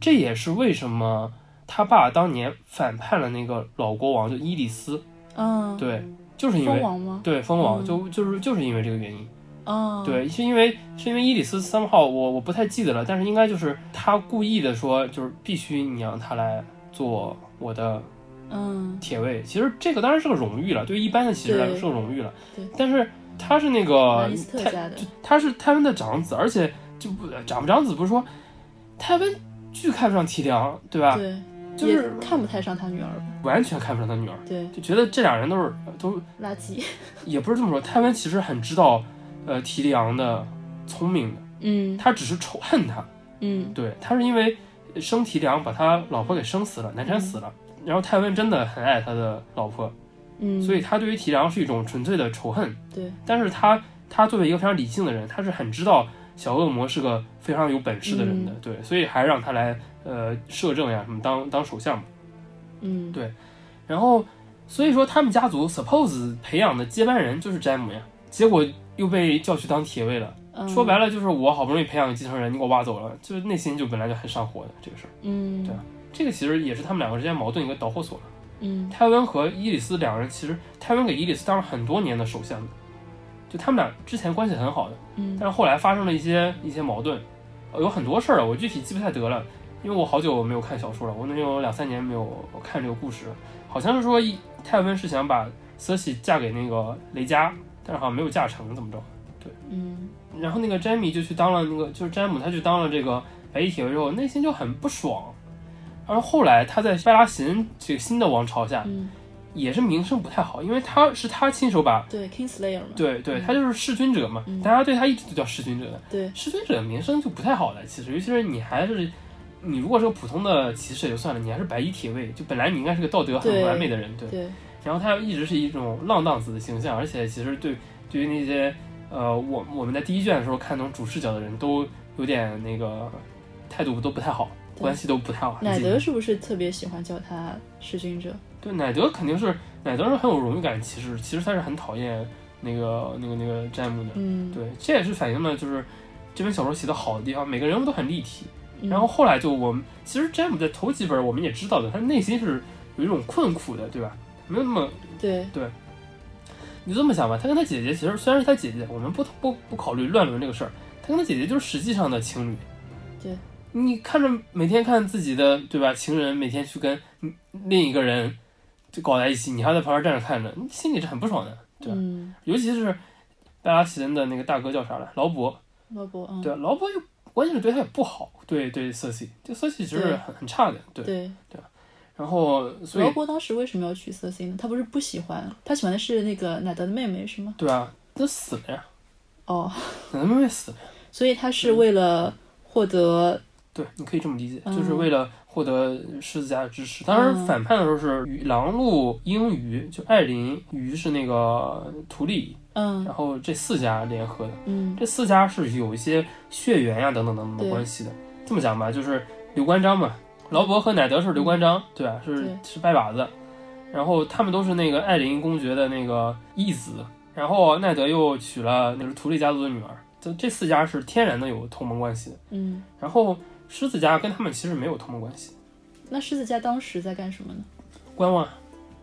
这也是为什么他爸当年反叛了那个老国王，就伊里斯，
嗯，，
对，就是因
蜂
为
王吗？
对蜂王，
嗯
就就是就是因为这个原因。
哦，，
对，是因为是因为伊里斯三号，我我不太记得了，但是应该就是他故意的说，就是必须你让他来做我的
嗯，
铁卫。其实这个当然是个荣誉了，对于一般的骑士来说
对
是个荣誉了
对。
但是他是那个
兰尼斯特
他
家的
就他是他们的长子，而且就不呃长不长子不是说他们巨看不上提梁，对吧？
对，
就
也
是
看不太上他女儿吧？
完全看不上他女儿，
对，
就觉得这俩人都是都
垃圾。
也不是这么说，泰温其实很知道呃提利昂的聪明的，
嗯
他只是仇恨他。
嗯，
对，他是因为生提梁把他老婆给生死了，难产死了。然后泰温真的很爱他的老婆，
嗯，
所以他对于提梁是一种纯粹的仇恨。
对，
但是他他作为一个非常理性的人，他是很知道小恶魔是个非常有本事的人的，
嗯
对，所以还让他来呃摄政呀什么当当首相嘛。
嗯
对然后所以说他们家族 suppose 培养的接班人就是詹姆呀，结果又被叫去当铁卫了。
嗯
说白了就是我好不容易培养个继承人，你给我挖走了，就是内心就本来就很上火的这个事儿。
嗯，
对这个其实也是他们两个之间矛盾一个导火索了。
嗯
泰温和伊里斯两个人，其实泰温给伊里斯当了很多年的首相的，就他们俩之前关系很好的，
嗯
但是后来发生了一些一些矛盾，呃有很多事儿啊，我具体记不太得了，因为我好久没有看小说了，我能有两三年没有看这个故事，好像是说伊泰温是想把瑟西嫁给那个雷加，但是好像没有嫁成，怎么着？
嗯
然后那个詹米就去当了那个，就是詹姆他去当了这个哎白衣铁卫之后，内心就很不爽。而后来他在拜拉琴这个新的王朝下
嗯，
也是名声不太好，因为他是他亲手把，
对，Kingslayer 嘛，
对对，他就是弑君者嘛，
嗯
大家对他一直都叫弑君者的。
对
弑君者名声就不太好了，其实，尤其是你还是你如果是个普通的骑士也就算了，你还是白衣铁卫，就本来你应该是个道德很
对
完美的人，对。
对
然后他一直是一种浪荡子的形象，而且其实对对于那些呃，我我们在第一卷的时候看那种主视角的人都有点那个态度都不太好，
对
关系都不太好。
乃
很紧
德
张
是不是特别喜欢叫他弑君者？
对乃德肯定是乃德是很有荣誉感的骑士，其实他是很讨厌那个那个那个詹姆的。
嗯，
对，这也是反映了就是这本小说写的好的地方，每个人物都很立体。
嗯，
然后后来就我们其实詹姆在头几本我们也知道的，他内心是有一种困苦的，对吧？没有那么
对，
你这么想吧，他跟他姐姐其实虽然是他姐姐，我们不不不考虑乱伦这个事儿，他跟他姐姐就是实际上的情侣。
对，
你看着每天看自己的对吧情人每天去跟另一个人就搞在一起，你还在旁边站着看着，你心里是很不爽的。对
嗯，
尤其是拜拉奇恩的那个大哥叫啥来，劳勃，
罗伯，嗯，
对，劳勃又关键是对他也不好，对对瑟西，对瑟西其实
对
很很差的，对。
对，
然后所
罗
以
伯当时为什么要娶瑟西呢？他不是不喜欢，他喜欢的是那个乃德的妹妹是吗？
对啊，他死了呀，
哦，
奶奶妹妹死了。
所以他是为了获得，
对，你可以这么理解，
嗯
就是为了获得狮子家的支持。当然，
嗯
反叛的时候是鱼狼鹿、鹰鱼，就艾琳鱼是那个图利，
嗯
然后这四家联合的，
嗯
这四家是有一些血缘呀、等等等等的
对
关系的。这么讲吧，就是刘关张嘛，劳勃和乃德是刘关张，对吧？是
对
是拜把子，然后他们都是那个艾琳公爵的那个义子，然后奈德又娶了那个图利家族的女儿，这这四家是天然的有同盟关系的。
嗯。
然后狮子家跟他们其实没有同盟关系，
那狮子家当时在干什么呢？
观望啊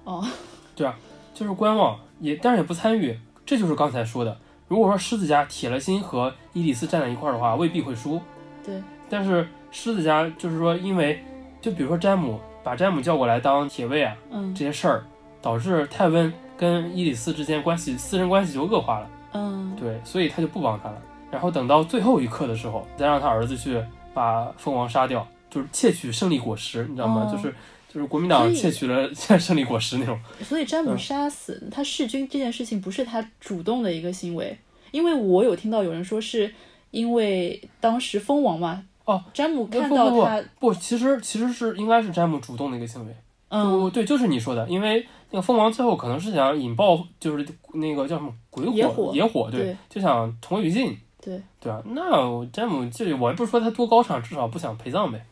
哦，
就是观望，也但是也不参与。这就是刚才说的，如果说狮子家铁了心和伊里斯站在一块儿的话，未必会输。
对，
但是狮子家就是说，因为就比如说詹姆把詹姆叫过来当铁卫啊，
嗯
这些事儿导致泰温跟伊里斯之间关系私人关系就恶化了，
嗯，
对，所以他就不帮他了。然后等到最后一刻的时候，再让他儿子去把蜂王杀掉，就是窃取胜利果实，你知道
哦
吗？就是就是国民
所
党
以
窃取了胜利果实那种。
所以詹
嗯
姆杀死、他弑君这件事情不是他主动的一个行为，因为我有听到有人说是因为当时蜂王嘛，
哦，
詹姆
不
看
不
到
不
他，
不，其实其实是应该是詹姆主动的一个行为。
嗯，
哦，对，就是你说的，因为那个蜂王最后可能是想引爆，就是那个叫什么鬼火
野火
对，
对
就想同归于尽，
对
对吧？那我詹姆这我也不是说他多高尚，至少不想陪葬呗，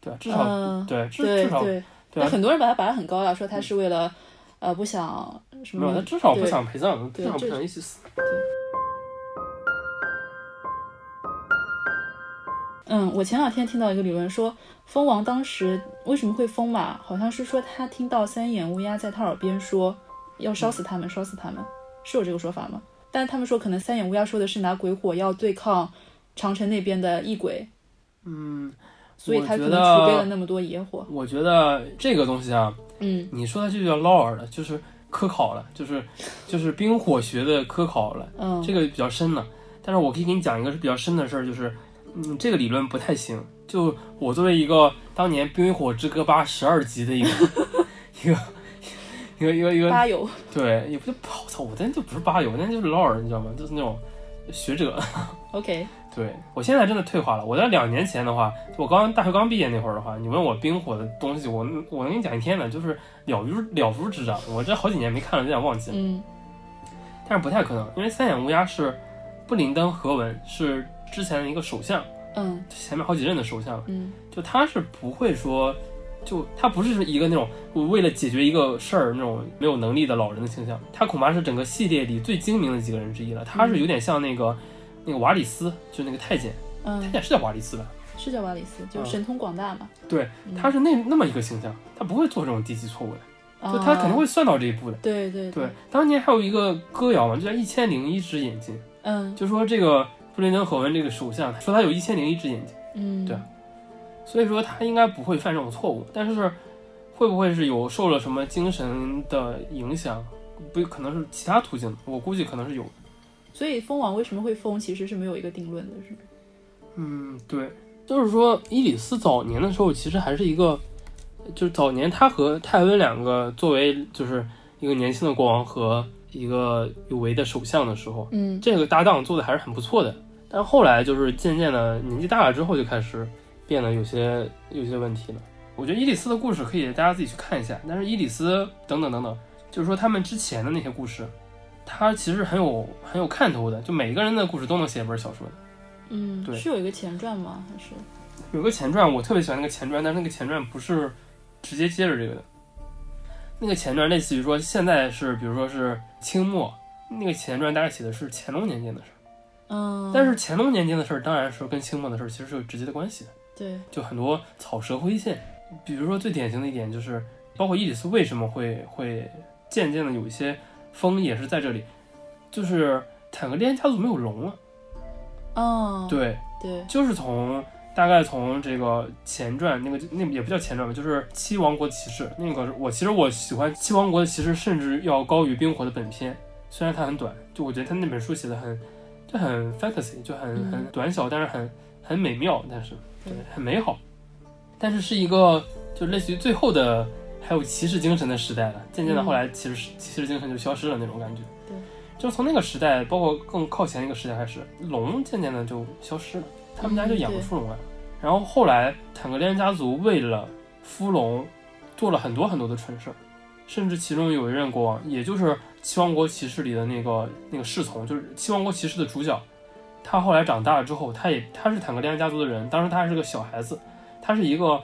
对吧？至少、
嗯
对至
对
至少
对
对啊嗯
很多人把它拔得很高呀，说他是为了呃不想什
没有，
么
他。至少不
对
想陪葬，至
对
少不
这
想一起死。
嗯，我前两天听到一个理论说，蜂王当时为什么会疯嘛？好像是说他听到三眼乌鸦在他耳边说要烧死他们，烧死他们，是有这个说法吗？但他们说可能三眼乌鸦说的是拿鬼火要对抗长城那边的异鬼，
嗯，
所以他可
我觉
能储备了
得，
那么多野火。
我觉得这个东西啊，
嗯，
你说的这就叫唠儿了，就是科考了，就是就是冰火学的科考了，
嗯，
这个比较深了。但是我可以给你讲一个比较深的事儿，就是，嗯，这个理论不太行。就我作为一个当年《冰与火之歌八》十二级的一个 一个一个一个一个
八友，
对，也不是我操，我那就不是吧友，我那就是唠儿，你知道吗？就是那种学者。
OK，
对我现在真的退化了。我在两年前的话，我刚大学刚毕业那会儿的话，你问我冰火的东西，我我能给你讲一天呢，就是了如了如指掌。我这好几年没看了，有点忘记了。
嗯
但是不太可能，因为三眼乌鸦是布林登·何文，是之前的一个首相，
嗯
前面好几任的首相，
嗯
就他是不会说，就他不是一个那种为了解决一个事儿那种没有能力的老人的倾向，他恐怕是整个系列里最精明的几个人之一了。他是有点像那个那个瓦里斯，就那个太监，太
嗯，
监是叫瓦里斯吧？
是叫瓦里斯，就神通广大嘛。
嗯对，
嗯
他是那那么一个形象，他不会做这种低级错误的，
啊
就他
哦
肯定会算到这一步的。
对对
对，，当年还有一个歌谣嘛，就叫《一千零一只眼睛》，
嗯
就说这个布林登·何文这个首相，说他有一千零一只眼睛，
嗯，
对所以说他应该不会犯这种错误。但是会不会是有受了什么精神的影响？不，可能是其他途径，我估计可能是有。
所以蜂王为什么会疯，其实是没有一个定论的，是吗？
嗯，对，就是说伊里斯早年的时候，其实还是一个，就是早年他和泰温两个作为就是一个年轻的国王和一个有为的首相的时候，
嗯
这个搭档做的还是很不错的。但后来就是渐渐的年纪大了之后，就开始变得有些有些问题了。我觉得伊里斯的故事可以大家自己去看一下，但是伊里斯等等等等，就是说他们之前的那些故事，它其实很有很有看头的，就每个人的故事都能写一本小说。
嗯，
对
是有一个前传吗？还是
有个前传，我特别喜欢那个前传，但是那个前传不是直接接着这个的。那个前传类似于说，现在是比如说是清末，那个前传大概写的是乾隆年间的事儿，
嗯，
但是乾隆年间的事儿当然是跟清末的事儿其实是有直接的关系的，
对，
就很多草蛇灰线。比如说最典型的一点就是，包括伊里斯为什么会会渐渐的有一些风也是在这里，就是坦格利安家族没有龙了，
哦，
对，
对，
就是从大概从这个前传那个那也不叫前传吧，就是七王国骑士那个是我其实我喜欢七王国的骑士，甚至要高于冰火的本片，虽然它很短，就我觉得他那本书写的很就很 fantasy，就
嗯
很很短小，但是很很美妙，但是
对
对很美好，但是是一个就类似于最后的还有骑士精神的时代了，渐渐的
嗯
后来骑士骑士精神就消失了那种感觉。
对，
就是从那个时代，包括更靠前一个时代开始，龙渐渐的就消失了，他们家就养不出龙来。啊然后后来坦格利安家族为了孵龙，做了很多很多的蠢事儿，甚至其中有一任国王，也就是《七王国骑士》里的那个那个侍从，就是《七王国骑士》的主角。他后来长大了之后，他也他是坦格利安家族的人，当时他还是个小孩子，他是一个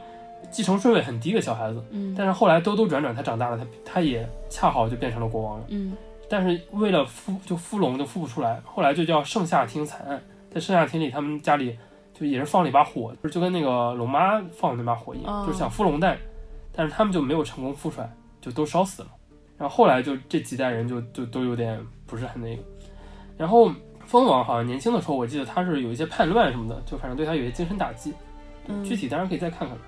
继承顺位很低的小孩子。
嗯，
但是后来兜兜转转，他长大了，他他也恰好就变成了国王了。
嗯
但是为了孵就孵龙就孵不出来，后来就叫盛夏厅惨案。在盛夏厅里，他们家里就也是放了一把火，不是就跟那个龙妈放的那把火一样，
哦
就是想孵龙蛋，但是他们就没有成功孵出来，就都烧死了。然后后来就这几代人就就都有点不是很那个。然后蜂王好像年轻的时候，我记得他是有一些叛乱什么的，就反正对他有一些精神打击。
嗯，
具体当然可以再看看了。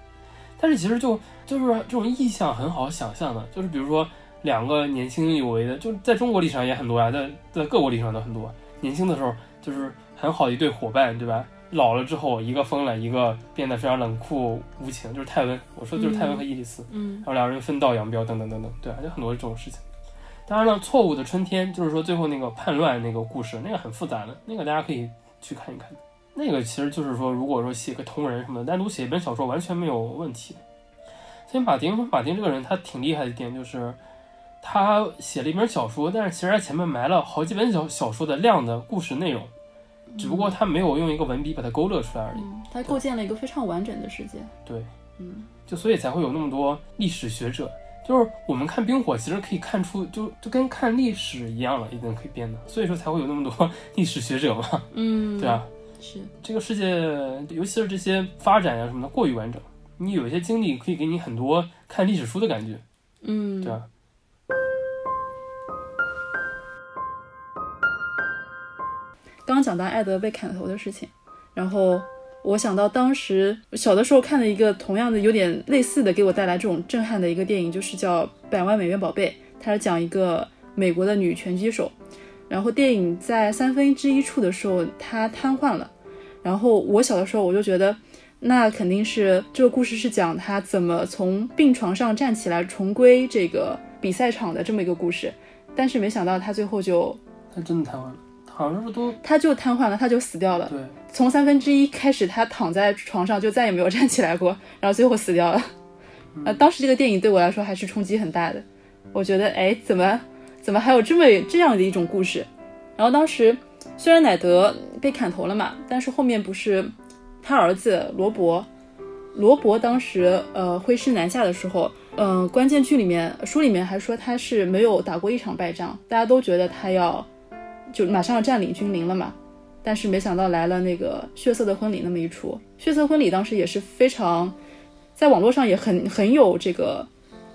但是其实就就是这种意象很好想象的，就是比如说两个年轻有为的，就是在中国历史上也很多呀、在在各国历史上都很多。啊年轻的时候就是很好的一对伙伴，对吧？老了之后，一个疯了，一个变得非常冷酷无情，就是泰温。我说的就是泰温和伊里斯。
嗯
然后两人分道扬镳等等等等，对啊，就很多这种事情。当然了，错误的春天就是说最后那个叛乱那个故事，那个很复杂的，那个大家可以去看一看。那个其实就是说，如果说写个同人什么的，单独写一本小说完全没有问题。所以马丁，马丁这个人他挺厉害的一点就是，他写了一本小说，但是其实他前面埋了好几本小小说的量的故事内容，只
嗯
不过他没有用一个文笔把它勾勒出来而已。
嗯，他构建了一个非常完整的世界，
对，
嗯
就所以才会有那么多历史学者。就是我们看冰火，其实可以看出，就就跟看历史一样了，已经可以变的，所以说才会有那么多 历史学者嘛，
嗯，
对啊吧、
是，
这个世界，尤其是这些发展呀、什么的，过于完整。你有一些经历可以给你很多看历史书的感觉，
嗯，
对吧？
刚刚讲到艾德被砍头的事情，然后我想到当时小的时候看的一个同样的有点类似的，给我带来这种震撼的一个电影，就是叫《百万美元宝贝》，它是讲一个美国的女拳击手，然后电影在三分之一处的时候她瘫痪了，然后我小的时候我就觉得。那肯定是这个故事是讲她怎么从病床上站起来，重归这个比赛场的这么一个故事。但是没想到她最后就，
他真的台湾，好像是都
她就瘫痪了，她就死掉了。
对，
从三分之一开始，他躺在床上就再也没有站起来过，然后最后死掉了。呃，当时这个电影对我来说还是冲击很大的，我觉得，哎，怎么怎么还有这么这样的一种故事？然后当时虽然乃德被砍头了嘛，但是后面不是他儿子罗伯，罗伯当时呃挥师南下的时候，嗯、关键剧里面书里面还说他是没有打过一场败仗，大家都觉得他要就马上要占领君临了嘛，但是没想到来了那个血色的婚礼那么一出。血色婚礼当时也是非常，在网络上也很很有这个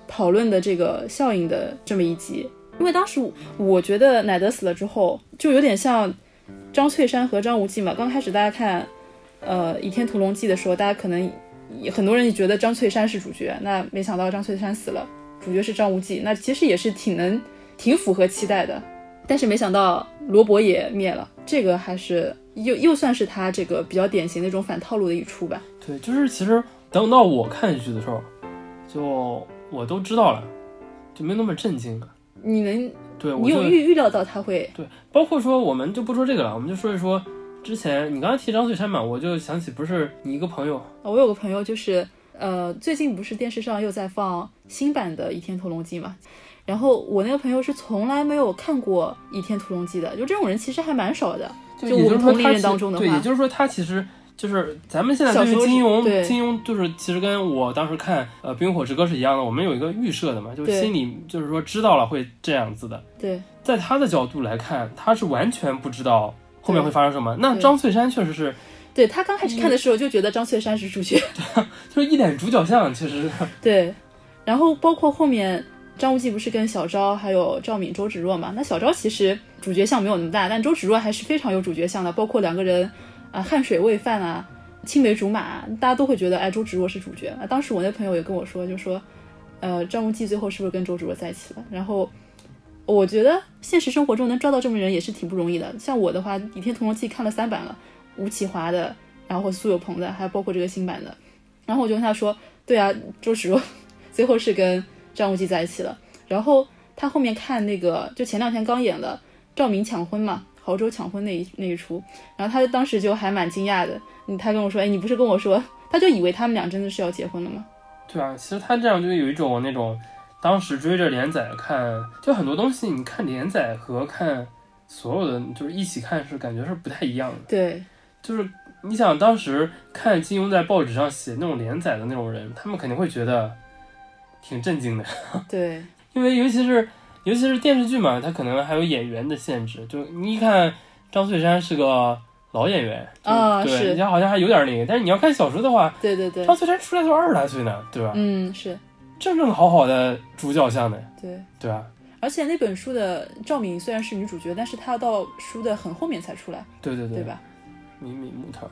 讨论的这个效应的这么一集。因为当时我我觉得乃德死了之后，就有点像张翠山和张无忌嘛。刚开始大家看，呃，《倚天屠龙记》的时候，大家可能也很多人也觉得张翠山是主角，那没想到张翠山死了，主角是张无忌，那其实也是挺能挺符合期待的。但是没想到罗伯也灭了，这个还是又又算是他这个比较典型的一种反套路的一出吧。
对，就是其实等到我看下去的时候，就我都知道了，就没那么震惊了。
你能，
对，我
你
就
有预预料到他会，
对，包括说我们就不说这个了，我们就说一说之前你刚才提张翠山嘛，我就想起不是你一个朋友，
我有个朋友就是，呃，最近不是电视上又在放新版的《倚天屠龙记》嘛，然后我那个朋友是从来没有看过《倚天屠龙记》的，就这种人其实还蛮少的。就
也
我们
就是说
同龄
他
人
其
当中的
对，
话
也就是说他其实就是咱们现在
小
对
时
于
候
金
是对
庸，金庸就是其实跟我当时看呃《冰与火之歌》是一样的，我们有一个预设的嘛，就是
对
心里就是说知道了会这样子的。
对，
在他的角度来看，他是完全不知道后面
对
会发生什么。那
对
张翠山确实是，
对他刚开始看的时候就觉得张翠山是主角，
就是一脸主角相，确实是。
对，然后包括后面张无忌不是跟小昭还有赵敏、周芷若嘛？那小昭其实主角相没有那么大，但周芷若还是非常有主角相的，包括两个人啊汗水喂饭啊，青梅竹马啊，大家都会觉得哎周芷若是主角。啊，当时我那朋友也跟我说，就说呃张无忌最后是不是跟周芷若在一起了？然后。我觉得现实生活中能抓到这么人也是挺不容易的。像我的话，《倚天屠龙记》看了三版了，吴启华的，然后苏有朋的，还包括这个新版的。然后我就跟他说：“对啊，周芷若最后是跟张无忌在一起了。然后他后面看那个，就前两天刚演了赵敏抢婚嘛，亳州抢婚那一那一出，然后他当时就还蛮惊讶的，嗯他跟我说，哎，你不是跟我说，他就以为他们俩真的是要结婚了吗？
对啊，其实他这样就有一种那种当时追着连载看，就很多东西你看连载和看所有的就是一起看是感觉是不太一样的。
对
就是你想当时看金庸在报纸上写那种连载的那种人，他们肯定会觉得挺震惊的，
对
因为尤其是尤其是电视剧嘛，它可能还有演员的限制。就你一看张翠山是个老演员，就
啊是
对，人家好像还有点那个，但是你要看小说的话，
对对对
张，翠山出来都二十来岁呢，对吧？
嗯，是
正正好好的主角像的，
对。
对吧？
而且那本书的赵敏虽然是女主角，但是她要到书的很后面才出来，
对对对，
对吧？
米米木头儿。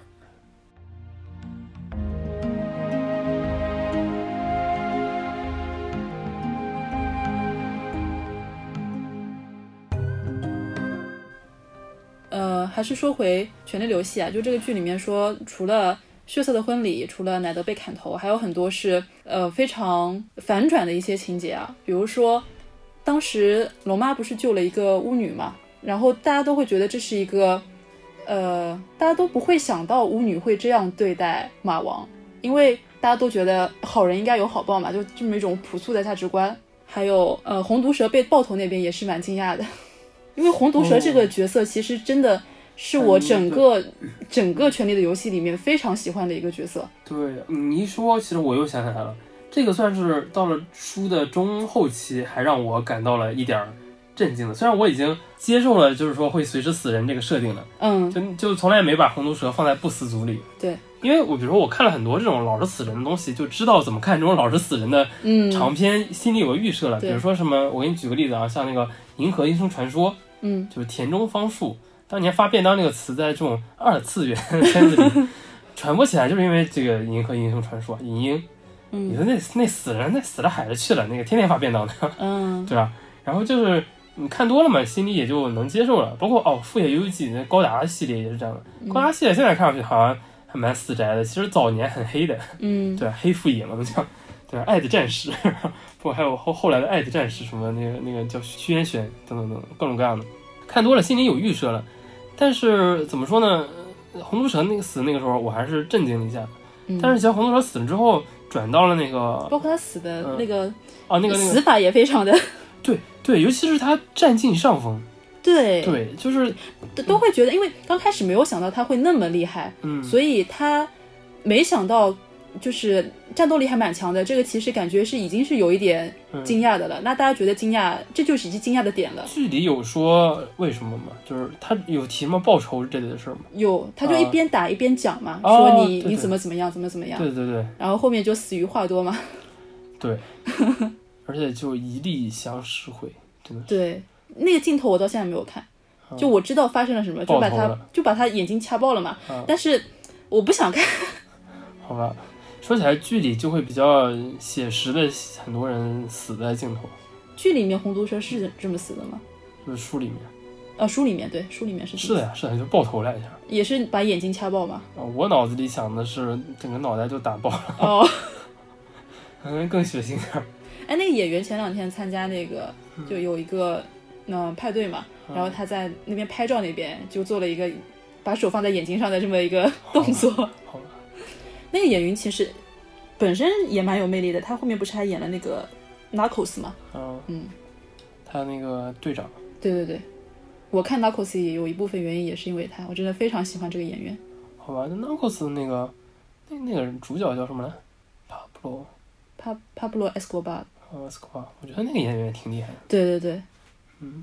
呃，还是说回《权力的游戏》啊，就这个剧里面说，除了血色的婚礼，除了乃德被砍头，还有很多是呃非常反转的一些情节啊，比如说当时龙妈不是救了一个巫女嘛，然后大家都会觉得这是一个呃，大家都不会想到巫女会这样对待马王，因为大家都觉得好人应该有好报嘛，就这么一种朴素的价值观。还有呃，红毒蛇被爆头那边也是蛮惊讶的， 因为红毒蛇这个角色其实真的是我整个、整个《权力的游戏》里面非常喜欢的一个角色。
对你一说，其实我又想起来了，这个算是到了书的中后期，还让我感到了一点儿震惊的。虽然我已经接受了，就是说会随时死人这个设定了，
嗯，
就就从来也没把红毒蛇放在不死族里。
对，
因为我比如说我看了很多这种老是死人的东西，就知道怎么看这种老是死人的
嗯，
长篇，心里有个预设了。比
对
如说什么，我给你举个例子啊，像那个《银河英雄传说》，
嗯，
就是田中芳树当年发便当这个词，在这种二次元 圈子里传播起来，就是因为这个《银河英雄传说》银鹰，
嗯
你说那那死人那死到海里去了，那个天天发便当的，
嗯，
对吧？然后就是你看多了嘛，心里也就能接受了。包括哦，《富野由悠季》那高达系列也是这样的，高达系列现在看上去好像还蛮死宅的，其实早年很黑的，
嗯，
对吧？黑富野嘛，那叫对吧？爱的战士， 不过还有后后来的爱的战士什么那个那个叫虚渊玄等等等等各种各样的，看多了心里有预设了。但是怎么说呢？呃红毒蛇那个死那个时候我还是震惊了一下，
嗯
但是其实红毒蛇死了之后转到了那个
包括他死的
嗯
那个
啊那个那
死
个
法也非 常的，
对对，尤其是他占尽上风，
对，
对，就是
都都会觉得，因为刚开始没有想到他会那么厉害，
嗯，
所以他没想到就是战斗力还蛮强的，这个其实感觉是已经是有一点
嗯
惊讶的了。那大家觉得惊讶，这就是已经惊讶的点了。
剧里有说为什么吗？就是他有提吗报仇这类的事儿吗？
有，他就
啊
一边打一边讲嘛，
哦
说你
对
你
对
怎么怎么样，怎么怎么样，
对对对，
然后后面就死于话多嘛。
对，而且就一粒降十回，真的是
对，那个镜头我到现在没有看，就我知道发生了什么，就
嗯爆
把
头
他
了
就把他眼睛掐爆了嘛，
啊
但是我不想看。
好吧。说起来，剧里就会比较写实的，很多人死在镜头，
剧里面红毒蛇是这么死的吗？
就是书里面
啊，书里面对，书里面是这
是
么
的
死，
呀，是的，就爆头了一下。
也是把眼睛掐爆 嘛。
啊，我脑子里想的是整个脑袋就打爆了，
哦，
可能更血腥 点儿。
哎，那个演员前两天参加那个，就有一个嗯、呃派对嘛，然后他在那边拍照，那边就做了一个把手放在眼睛上的这么一个 动作。
好吧，
那个演员其实本身也蛮有魅力的，他后面不是还演了那个 Narcos 嘛？
嗯
嗯，
他那个队长，
对对对，我看 Narcos 也有一部分原因也是因为他，我真的非常喜欢这个演员。
好吧，那 Narcos 那个那那个人主角叫什么来？Pablo
帕帕布罗·埃斯科巴，
呃 Escobar，我觉得那个演员也挺厉害的。
对对对，
嗯，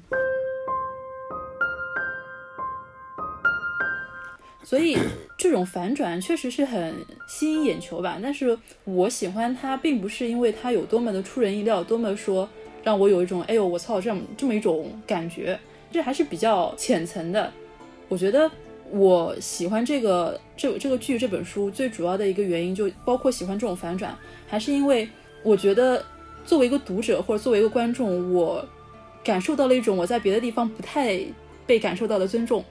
所以这种反转确实是很吸引眼球吧。但是我喜欢它，并不是因为它有多么的出人意料，多么说让我有一种哎呦我操这样这么一种感觉，这还是比较浅层的。我觉得我喜欢这个这这个剧这本书最主要的一个原因，就包括喜欢这种反转，还是因为我觉得作为一个读者或者作为一个观众，我感受到了一种我在别的地方不太被感受到的尊重，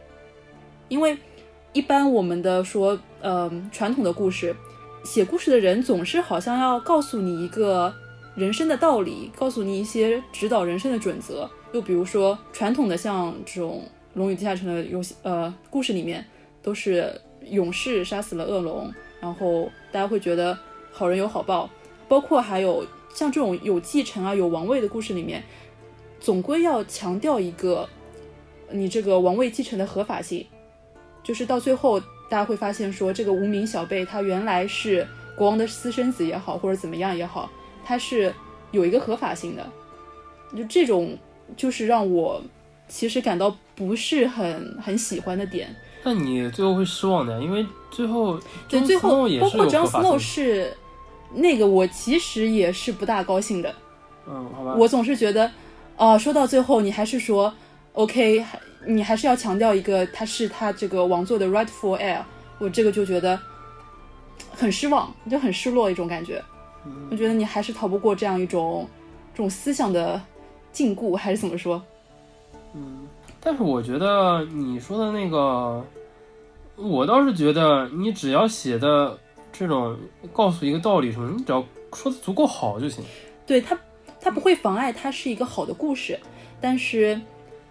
因为一般我们的说，嗯、传统的故事，写故事的人总是好像要告诉你一个人生的道理，告诉你一些指导人生的准则。又比如说，传统的像这种《龙与地下城》的游戏，呃，故事里面都是勇士杀死了恶龙，然后大家会觉得好人有好报。包括还有像这种有继承啊、有王位的故事里面，总归要强调一个你这个王位继承的合法性。就是到最后，大家会发现说，这个无名小辈他原来是国王的私生子也好，或者怎么样也好，他是有一个合法性的。就这种，就是让我其实感到不是很很喜欢的点。
那你最后会失望的呀，因为最后
对，
Jon
最
Snow
后
也
包
是
括
有
Jon
合法性
Snow
的
是那个，我其实也是不大高兴的。
嗯，好吧，
我总是觉得，哦、说到最后，你还是说，OK，还你还是要强调一个他是他这个王座的 rightful heir，我这个就觉得很失望，就很失落一种感觉。我觉得你还是逃不过这样一种这种思想的禁锢，还是怎么说？
嗯，但是我觉得你说的那个，我倒是觉得你只要写的这种告诉一个道理什么，你只要说的足够好就行。
对他，他不会妨碍它是一个好的故事，但是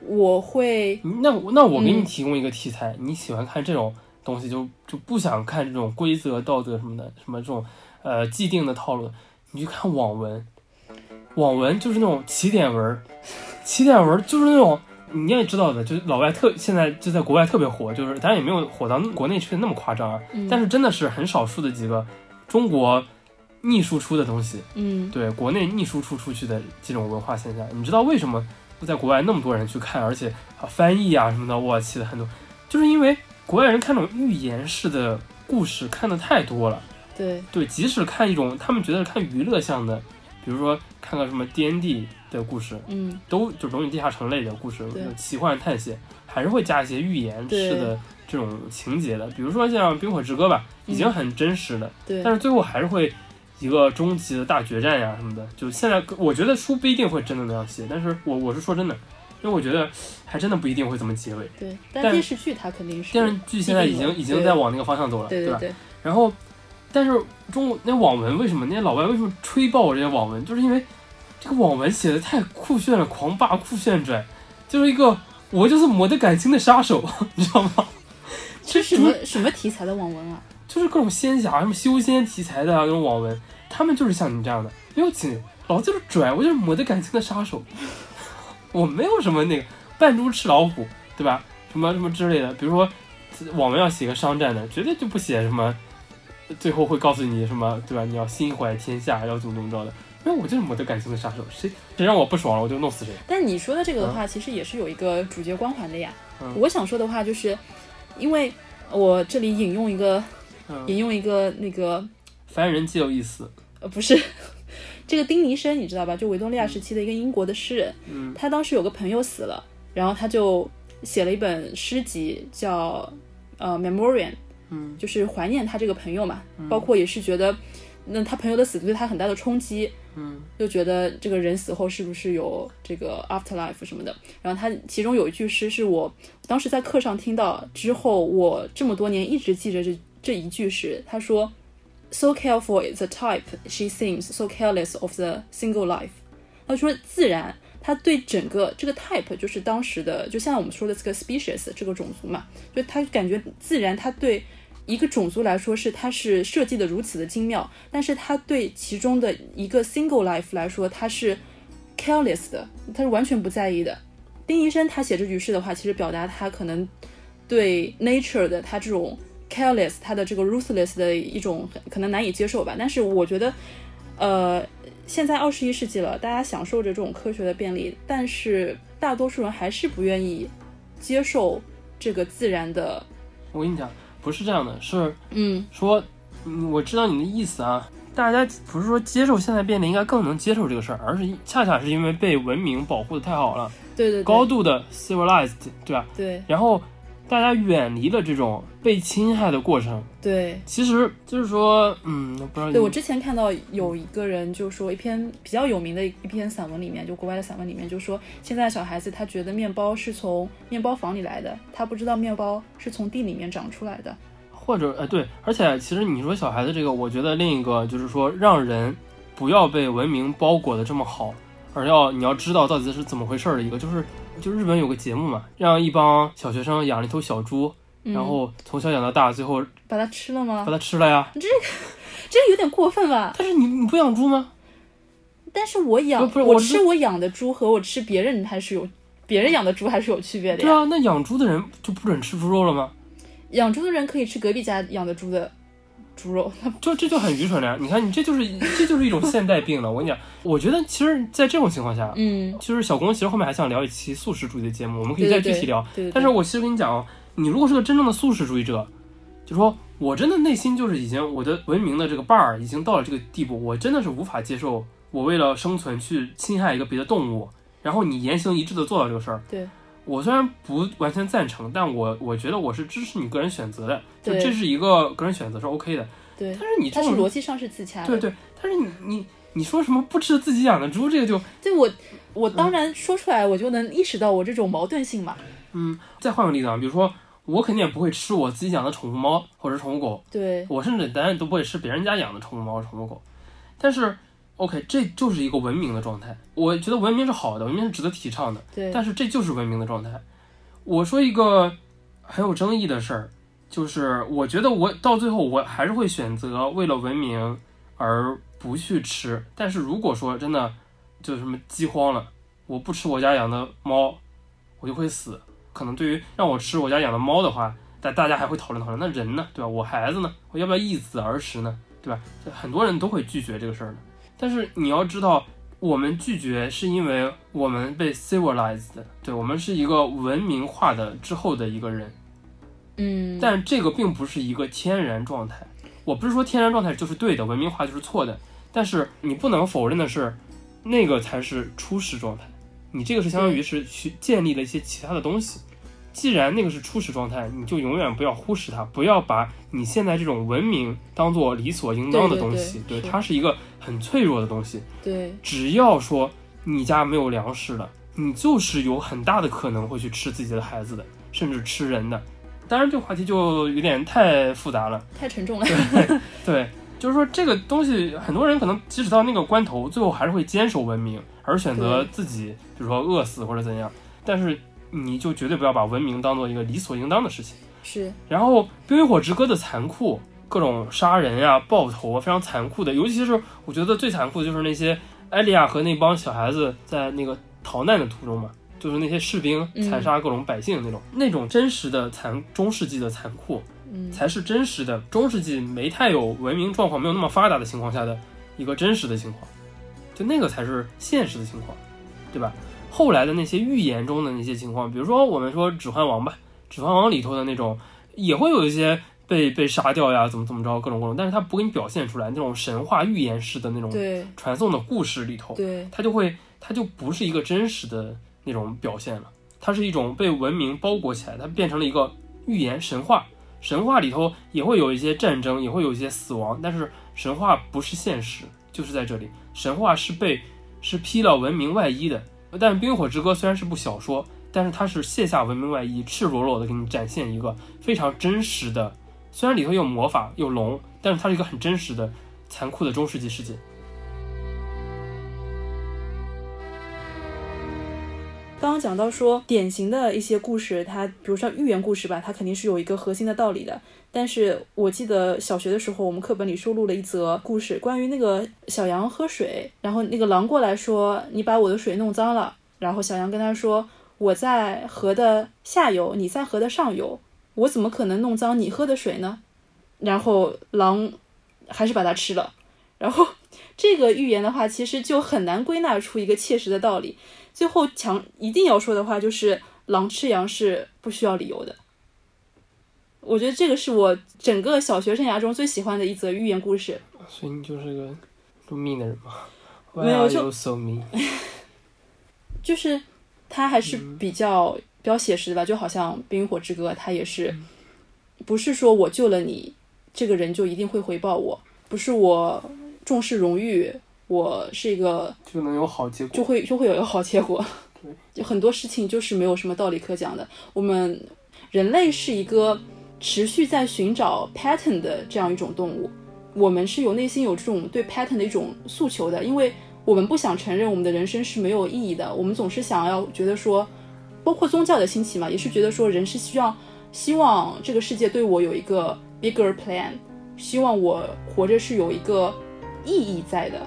我会
那我那我给你
嗯
提供一个题材，你喜欢看这种东西就就不想看这种规则、道德什么的，什么这种呃既定的套路，你去看网文，网文就是那种起点文儿，起点文儿就是那种。你也知道的，就是老外特现在就在国外特别火，就是当然也嗯没有火到国内去那么夸张啊，但是真的是很少数的几个中国逆输出的东西，
嗯，
对国内逆输出出去的这种文化现象。你知道为什么在国外那么多人去看，而且啊翻译啊什么的，我去的很多，就是因为国外人看那种寓言式的故事看的太多了。
对，
对，即使看一种他们觉得看娱乐向的，比如说看个什么 D N D 的故事，
嗯，
都就《荣誉地下城》类的故事
对，
奇幻探险，还是会加一些寓言式的这种情节的。比如说像《冰火之歌》吧，已经很真实了，
嗯对
但，是最后还是会一个终极的大决战呀、什么的。就现在，我觉得书不一定会真的那样写，但是我我是说真的，因为我觉得还真的不一定会这么结尾。
对，但
但
电视剧它肯定是，
电视剧现在已经已经在往那个方向走了，
对
吧？
对，
然后，但是中国那网文为什么那些老外为什么吹爆我这些网文，就是因为这个网文写的太酷炫了，狂霸酷炫拽，就是一个我就是磨得感情的杀手， 你知道吗？
这
这
什
什么
么什么题材的网文啊？就是
就是各种仙侠、什么修仙题材的啊，那种网文，他们就是像你这样的，没有情，老子就是拽，我就是磨得感情的杀手，我没有什么那个扮猪吃老虎，对吧？什么什么之类的，比如说呃网文要写个商战的，绝对就不写什么最后会告诉你什么，对吧？你要心怀天下，要怎么怎么着的。因为我就是磨得感情的杀手，谁谁让我不爽了，我就弄死谁。
但你说的这个的话，其实也是有一个主角光环的呀。
嗯
我想说的话就是，因为我这里引用一个
嗯，
引用一个那个
凡人皆有一死。
呃，不是， 这个丁尼生你知道吧？就维多利亚时期的一个英国的诗人，
嗯
他当时有个朋友死了，然后他就写了一本诗集叫呃《Memoriam》，
嗯
就是怀念他这个朋友嘛，包括也是觉得那他朋友的死对他很大的冲击，
嗯
就觉得这个人死后是不是有这个 afterlife 什么的。然后他其中有一句诗是我当时在课上听到之后，我这么多年一直记着这这一句诗。他说：“So careful is the type she seems, so careless of the single life。”他说自然，他对整个这个 type 就是当时的，就像我们说的这个 species 这个种族嘛，就他感觉自然，他对一个种族来说是它是设计的如此的精妙，但是它对其中的一个 single life 来说，它是 careless 的，它是完全不在意的。丁医生他写这句诗的话，其实表达他可能对 nature 的他这种 careless，他的这个 ruthless 的一种可能难以接受吧。但是我觉得，呃，现在二十一世纪了，大家享受着这种科学的便利，但是大多数人还是不愿意接受这个自然的，
我跟你讲，不是这样的，是
嗯。
说，嗯，我知道你的意思啊。大家不是说接受现在便利，应该更能接受这个事儿，而是恰恰是因为被文明保护的太好了，
对对对
高度的 civilized，对吧？
对
然后大家远离了这种被侵害的过程。
对
其实就是说，嗯，不知道你
对，我之前看到有一个人就说一篇比较有名的一篇散文里面，就国外的散文里面就说，现在小孩子他觉得面包是从面包房里来的，他不知道面包是从地里面长出来的。
或者呃对，而且其实你说小孩子这个，我觉得另一个就是说，让人不要被文明包裹的这么好，而要你要知道到底是怎么回事儿的一个，就是就日本有个节目嘛，让一帮小学生养了一头小猪，
嗯、
然后从小养到大，最后
把它吃了吗
把？它吃了呀。
嗯这有点过分吧？
但是你你不养猪吗？
但是我养
不不是
我
我
吃
是
我养的猪和我吃别人还是有别人养的猪还是有区别的
对
呀。
啊，那养猪的人就不准吃猪肉了吗？
养猪的人可以吃隔壁家养的猪的猪肉，
就这就很愚蠢了呀！你看你这就是这就是一种现代病了。我跟你讲，我觉得其实，在这种情况下，
嗯，
就是小公其实后面还想聊一期素食主义的节目，我们可以
对
再
对
具体聊。
对对对
但是我其实跟你讲哦，你如果是个真正的素食主义者，就说我真的内心就是已经我的文明的这个 bar 已经到了这个地步，我真的是无法接受我为了生存去侵害一个别的动物，然后你言行一致的做到这个事儿。
对，
我虽然不完全赞成，但我我觉得我是支持你个人选择的，就
对
这是一个个人选择是 OK 的。
对
但是你这
它是
种
逻辑上是自洽的。
对对，但是你你你说什么不吃自己养的猪，这个就
对我，我当然说出来，我就能意识到我这种矛盾性嘛。
嗯，再换个例子啊，比如说我肯定也不会吃我自己养的宠物猫或者宠物狗，
对
我甚至当然都不会吃别人家养的宠物猫或宠物狗。但是，OK，这就是一个文明的状态。我觉得文明是好的，文明是值得提倡的，
对，
但是这就是文明的状态。我说一个很有争议的事儿，就是我觉得我到最后我还是会选择为了文明而不去吃。但是如果说真的就什么饥荒了，我不吃我家养的猫，我就会死。可能对于让我吃我家养的猫的话，大大家还会讨论讨论，那人呢，对吧？我孩子呢，我要不要一子而食呢？对吧？很多人都会拒绝这个事儿的。但是你要知道，我们拒绝是因为我们被 civilized，对我们是一个文明化的之后的一个人，
嗯，
但这个并不是一个天然状态。我不是说天然状态就是对的，文明化就是错的，但是你不能否认的是，那个才是初始状态。你这个是相当于是去建立了一些其他的东西。既然那个是初始状态，你就永远不要忽视它，不要把你现在这种文明当做理所应当的
对对
东
对
西。
是
它是一个很脆弱的东西。
对
只要说你家没有粮食了，你就是有很大的可能会去吃自己的孩子的，甚至吃人的。当然，这个话题就有点太复杂了。
太沉重了。
对，就是说这个东西，很多人可能即使到那个关头，最后还是会坚守文明，而选择
对
自己，比如说饿死或者怎样。但是你就绝对不要把文明当做一个理所应当的事情。
是，
然后《冰与火之歌》的残酷，各种杀人啊、爆头啊，非常残酷的。尤其是我觉得最残酷的就是那些艾莉亚和那帮小孩子在那个逃难的途中嘛，就是那些士兵
嗯
残杀各种百姓那种，那种真实的残中世纪的残酷，
嗯，
才是真实的中世纪没太有文明状况、没有那么发达的情况下的一个真实的情况，就那个才是现实的情况，对吧？后来的那些预言中的那些情况，比如说我们说《指环王》吧，《指环王》里头的那种，也会有一些被被杀掉呀，怎么怎么着，各种各种，但是他不给你表现出来那种神话预言式的那种
对
传送的故事里头，
对
它就会它就不是一个真实的那种表现了，它是一种被文明包裹起来，它变成了一个预言神话。神话里头也会有一些战争，也会有一些死亡，但是神话不是现实，就是在这里，神话是被是披了文明外衣的。但《冰与火之歌》虽然是部小说，但是它是卸下文明外衣，赤裸裸的给你展现一个非常真实的，虽然里头有魔法有龙，但是它是一个很真实的、残酷的中世纪世界。
刚刚讲到说，典型的一些故事，它比如像寓言故事吧，它肯定是有一个核心的道理的。但是我记得小学的时候，我们课本里收录了一则故事，关于那个小羊喝水，然后那个狼过来说：“你把我的水弄脏了。”然后小羊跟他说：“我在河的下游，你在河的上游，我怎么可能弄脏你喝的水呢？”然后狼还是把它吃了。然后这个寓言的话，其实就很难归纳出一个切实的道理。最后强一定要说的话就是，狼吃羊是不需要理由的。我觉得这个是我整个小学生涯中最喜欢的一则寓言故事。
所以你就是个这么 mean 的人吗？
没有
Why are
就
you so mean？
就是它还是比较、比较写实的吧，就好像《冰与火之歌》，它也是不是说我救了你，这个人就一定会回报我，不是我重视荣誉，我是一个
就能有好结果
就。会就会有一个好结果
对。
就很多事情就是没有什么道理可讲的。我们人类是一个持续在寻找 pattern 的这样一种动物，我们是有内心有这种对 pattern 的一种诉求的，因为我们不想承认我们的人生是没有意义的，我们总是想要觉得说，包括宗教的兴起嘛，也是觉得说人是需要希望这个世界对我有一个 bigger plan，希望我活着是有一个意义在的，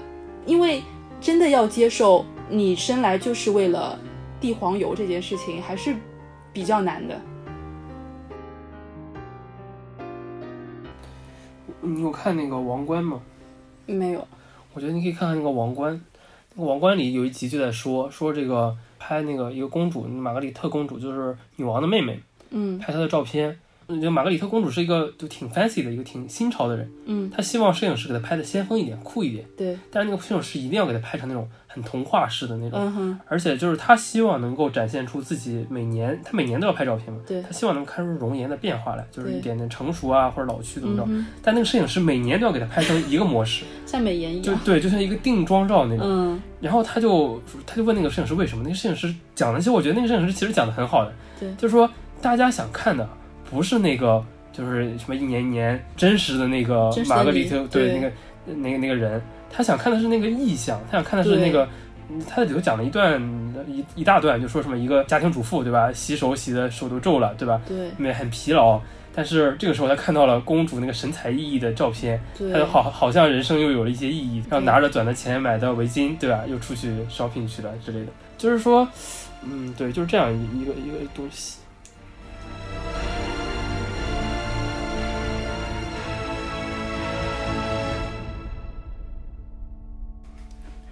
因为真的要接受你生来就是为了地黄油这件事情，还是比较难的。
你有看那个《王冠》吗？
没有，
我觉得你可以看看那个《王冠》，那个《王冠》里有一集就在说说这个拍那个一个公主玛格丽特公主，就是女王的妹妹，
嗯
拍她的照片。我觉得玛格丽特公主是一个就挺 fancy 的一个挺新潮的人，
嗯，
她希望摄影师给她拍的先锋一点、酷一点，
对，
但是那个摄影师一定要给她拍成那种很童话式的那种。
嗯哼，
而且就是她希望能够展现出自己每年，她每年都要拍照片嘛，
对
她希望能看出容颜的变化来，就是
对
一点点成熟啊或者老去怎么着。
嗯
但那个摄影师每年都要给他拍成一个模式，
哼，像美颜一
就
样，
对，就像一个定妆照那种。
嗯，
然后他就他就问那个摄影师为什么？那个摄影师讲的，其实我觉得那个摄影师其实讲的很好的，
对
就是说大家想看的不是那个就是什么一年一年真实的那个
真实的
玛格丽
你
特
对
那个那个那个人，他想看的是那个意象，他想看的是那个。他里头讲了一段一一大段，就说什么一个家庭主妇对吧，洗手洗的手都皱了对吧，
对
因为很疲劳。但是这个时候他看到了公主那个神采奕奕的照片，他
对
就，好好像人生又有了一些意义，然后
对
拿着攒的钱买的围巾，对啊吧？又出去 shopping 去了之类的，就是说，嗯，对，就是这样一一个一个东西。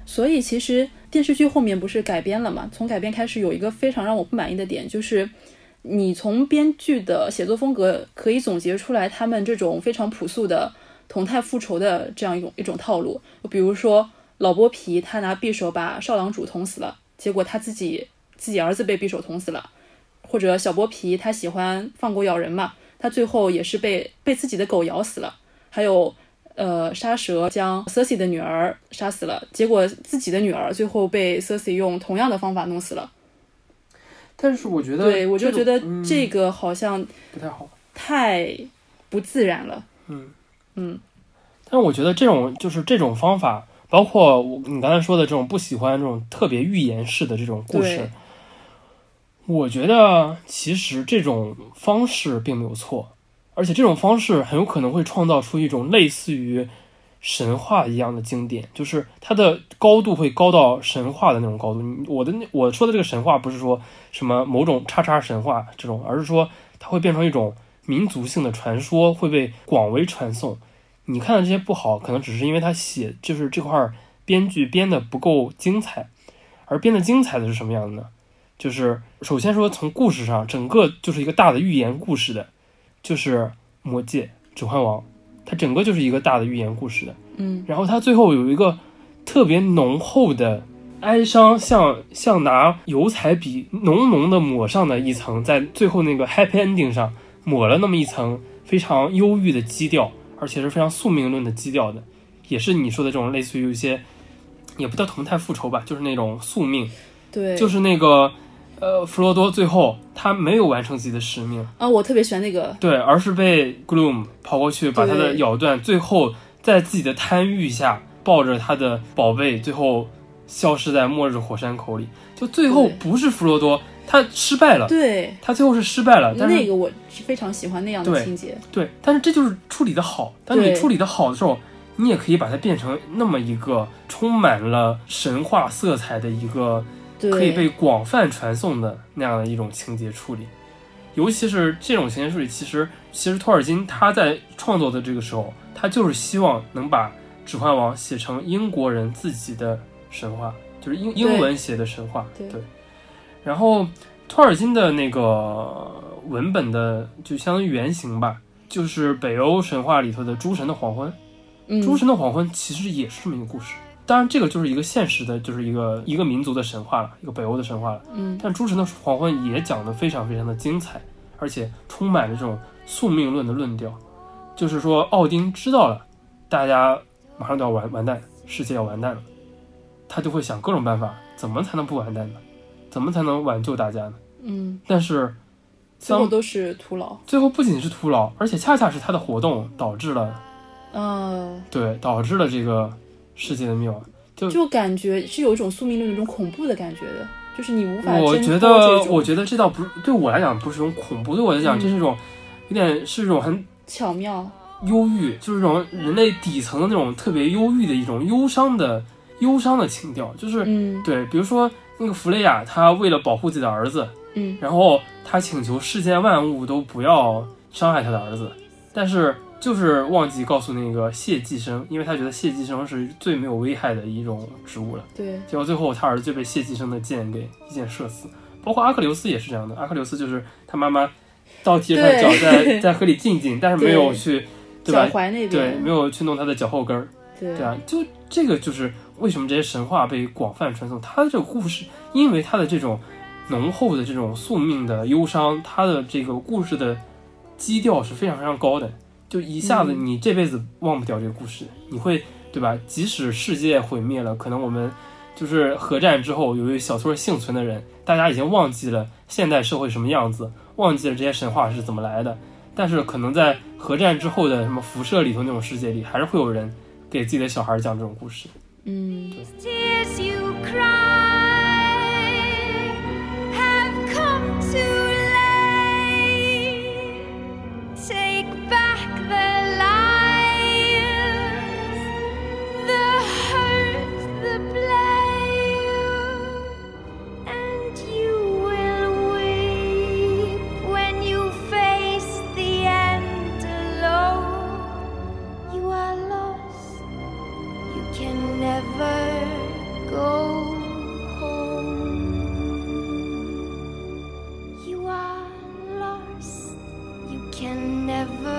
所以其实电视剧后面不是改编了嘛？从改编开始有一个非常让我不满意的点，就是你从编剧的写作风格可以总结出来他们这种非常朴素的同态复仇的这样一种一种套路。比如说老剥皮，他拿匕首把少郎主捅死了，结果他自己自己儿子被匕首捅死了；或者小剥皮他喜欢放狗咬人嘛，他最后也是被被自己的狗咬死了。还有呃，杀蛇将 Cersei 的女儿杀死了，结果自己的女儿最后被 Cersei 用同样的方法弄死了。
但是我觉得，
对我就觉得
嗯
这个好像
不太好。
太不自然了。
嗯
嗯，
但是我觉得这种就是这种方法，包括我你刚才说的这种不喜欢这种特别寓言式的这种故事
对，
我觉得其实这种方式并没有错，而且这种方式很有可能会创造出一种类似于神话一样的经典，就是它的高度会高到神话的那种高度。你我的那我说的这个神话不是说什么某种叉叉神话这种，而是说它会变成一种民族性的传说，会被广为传颂。你看的这些不好，可能只是因为他写就是这块儿编剧编的不够精彩，而编的精彩的是什么样的呢？就是首先说从故事上，整个就是一个大的寓言故事的，就是《魔戒》《指环王》，它整个就是一个大的寓言故事的。
嗯，
然后它最后有一个特别浓厚的哀伤，像像拿油彩笔浓浓的抹上的一层，在最后那个 happy ending 上抹了那么一层非常忧郁的基调，而且是非常宿命论的基调的，也是你说的这种类似于一些，也不叫同态复仇吧，就是那种宿命，
对，
就是那个呃弗罗多最后他没有完成自己的使命，
啊，我特别喜欢那个，
对，而是被 Gloom 跑过去把他的
对
咬断，最后在自己的贪欲下抱着他的宝贝，最后消失在末日火山口里。就最后
对
不是弗罗多，他失败了，
对，
他最后是失败了，但是、
那个我是非常喜欢那样
对
的情节。
对，但是这就是处理的好。当你
对
处理的好的时候，你也可以把它变成那么一个充满了神话色彩的一个
对，
可以被广泛传颂的那样的一种情节处理。尤其是这种情节处理，其实其实托尔金他在创作的这个时候，他就是希望能把《指环王》写成英国人自己的神话，就是英英文写的神话。
对
然后托尔金的那个文本的就相当于原型吧，就是北欧神话里头的诸神的黄昏。
嗯，
诸神的黄昏其实也是这么一个故事。当然，这个就是一个现实的，就是一个一个民族的神话了，一个北欧的神话了。
嗯，
但诸神的黄昏也讲得非常非常的精彩，而且充满了这种宿命论的论调，就是说奥丁知道了大家马上就要完完蛋，世界要完蛋了，他就会想各种办法，怎么才能不完蛋呢？怎么才能挽救大家呢？
嗯，
但是
最后
当
都是徒劳。
最后不仅是徒劳，而且恰恰是他的活动导致了
呃，
对，导致了这个世界的灭亡。
就感觉是有一种宿命论、一种恐怖的感觉的，就是你无法
我
挣
觉
脱
得
这，种
我觉得这倒不是对我来讲不是一种恐怖，对我来讲
嗯
这是一种有点是一种很
巧妙。
忧郁，就是这种人类底层的那种特别忧郁的一种忧伤的忧伤的情调，就是
嗯
对，比如说那个弗雷亚，她为了保护自己的儿子，
嗯
然后她请求世间万物都不要伤害她的儿子，但是就是忘记告诉那个谢寄生，因为她觉得谢寄生是最没有危害的一种植物了。
对，
结果最后他儿子就被谢继生的箭给一箭射死。包括阿克琉斯也是这样的，阿克琉斯就是他妈妈倒提着他的脚
对
在在河里浸浸，但是没有
对
去，对
脚
吧？
踝那
对，
边
没，有去弄他的脚后跟儿，
对
对啊，就这个就是为什么这些神话被广泛传颂。他的这个故事，因为他的这种浓厚的这种宿命的忧伤，他的这个故事的基调是非常非常高的，就一下子
嗯
你这辈子忘不掉这个故事，你会对吧？即使世界毁灭了，可能我们就是核战之后有一小撮幸存的人，大家已经忘记了现代社会什么样子，忘记了这些神话是怎么来的。但是可能在核战之后的什么辐射里头那种世界里，还是会有人给自己的小孩讲这种故事。
嗯，
tears you cry have come too late. Take back the lies, the hurt, the blame, and you will weep when you face the end alone. You are lost. You can never go can never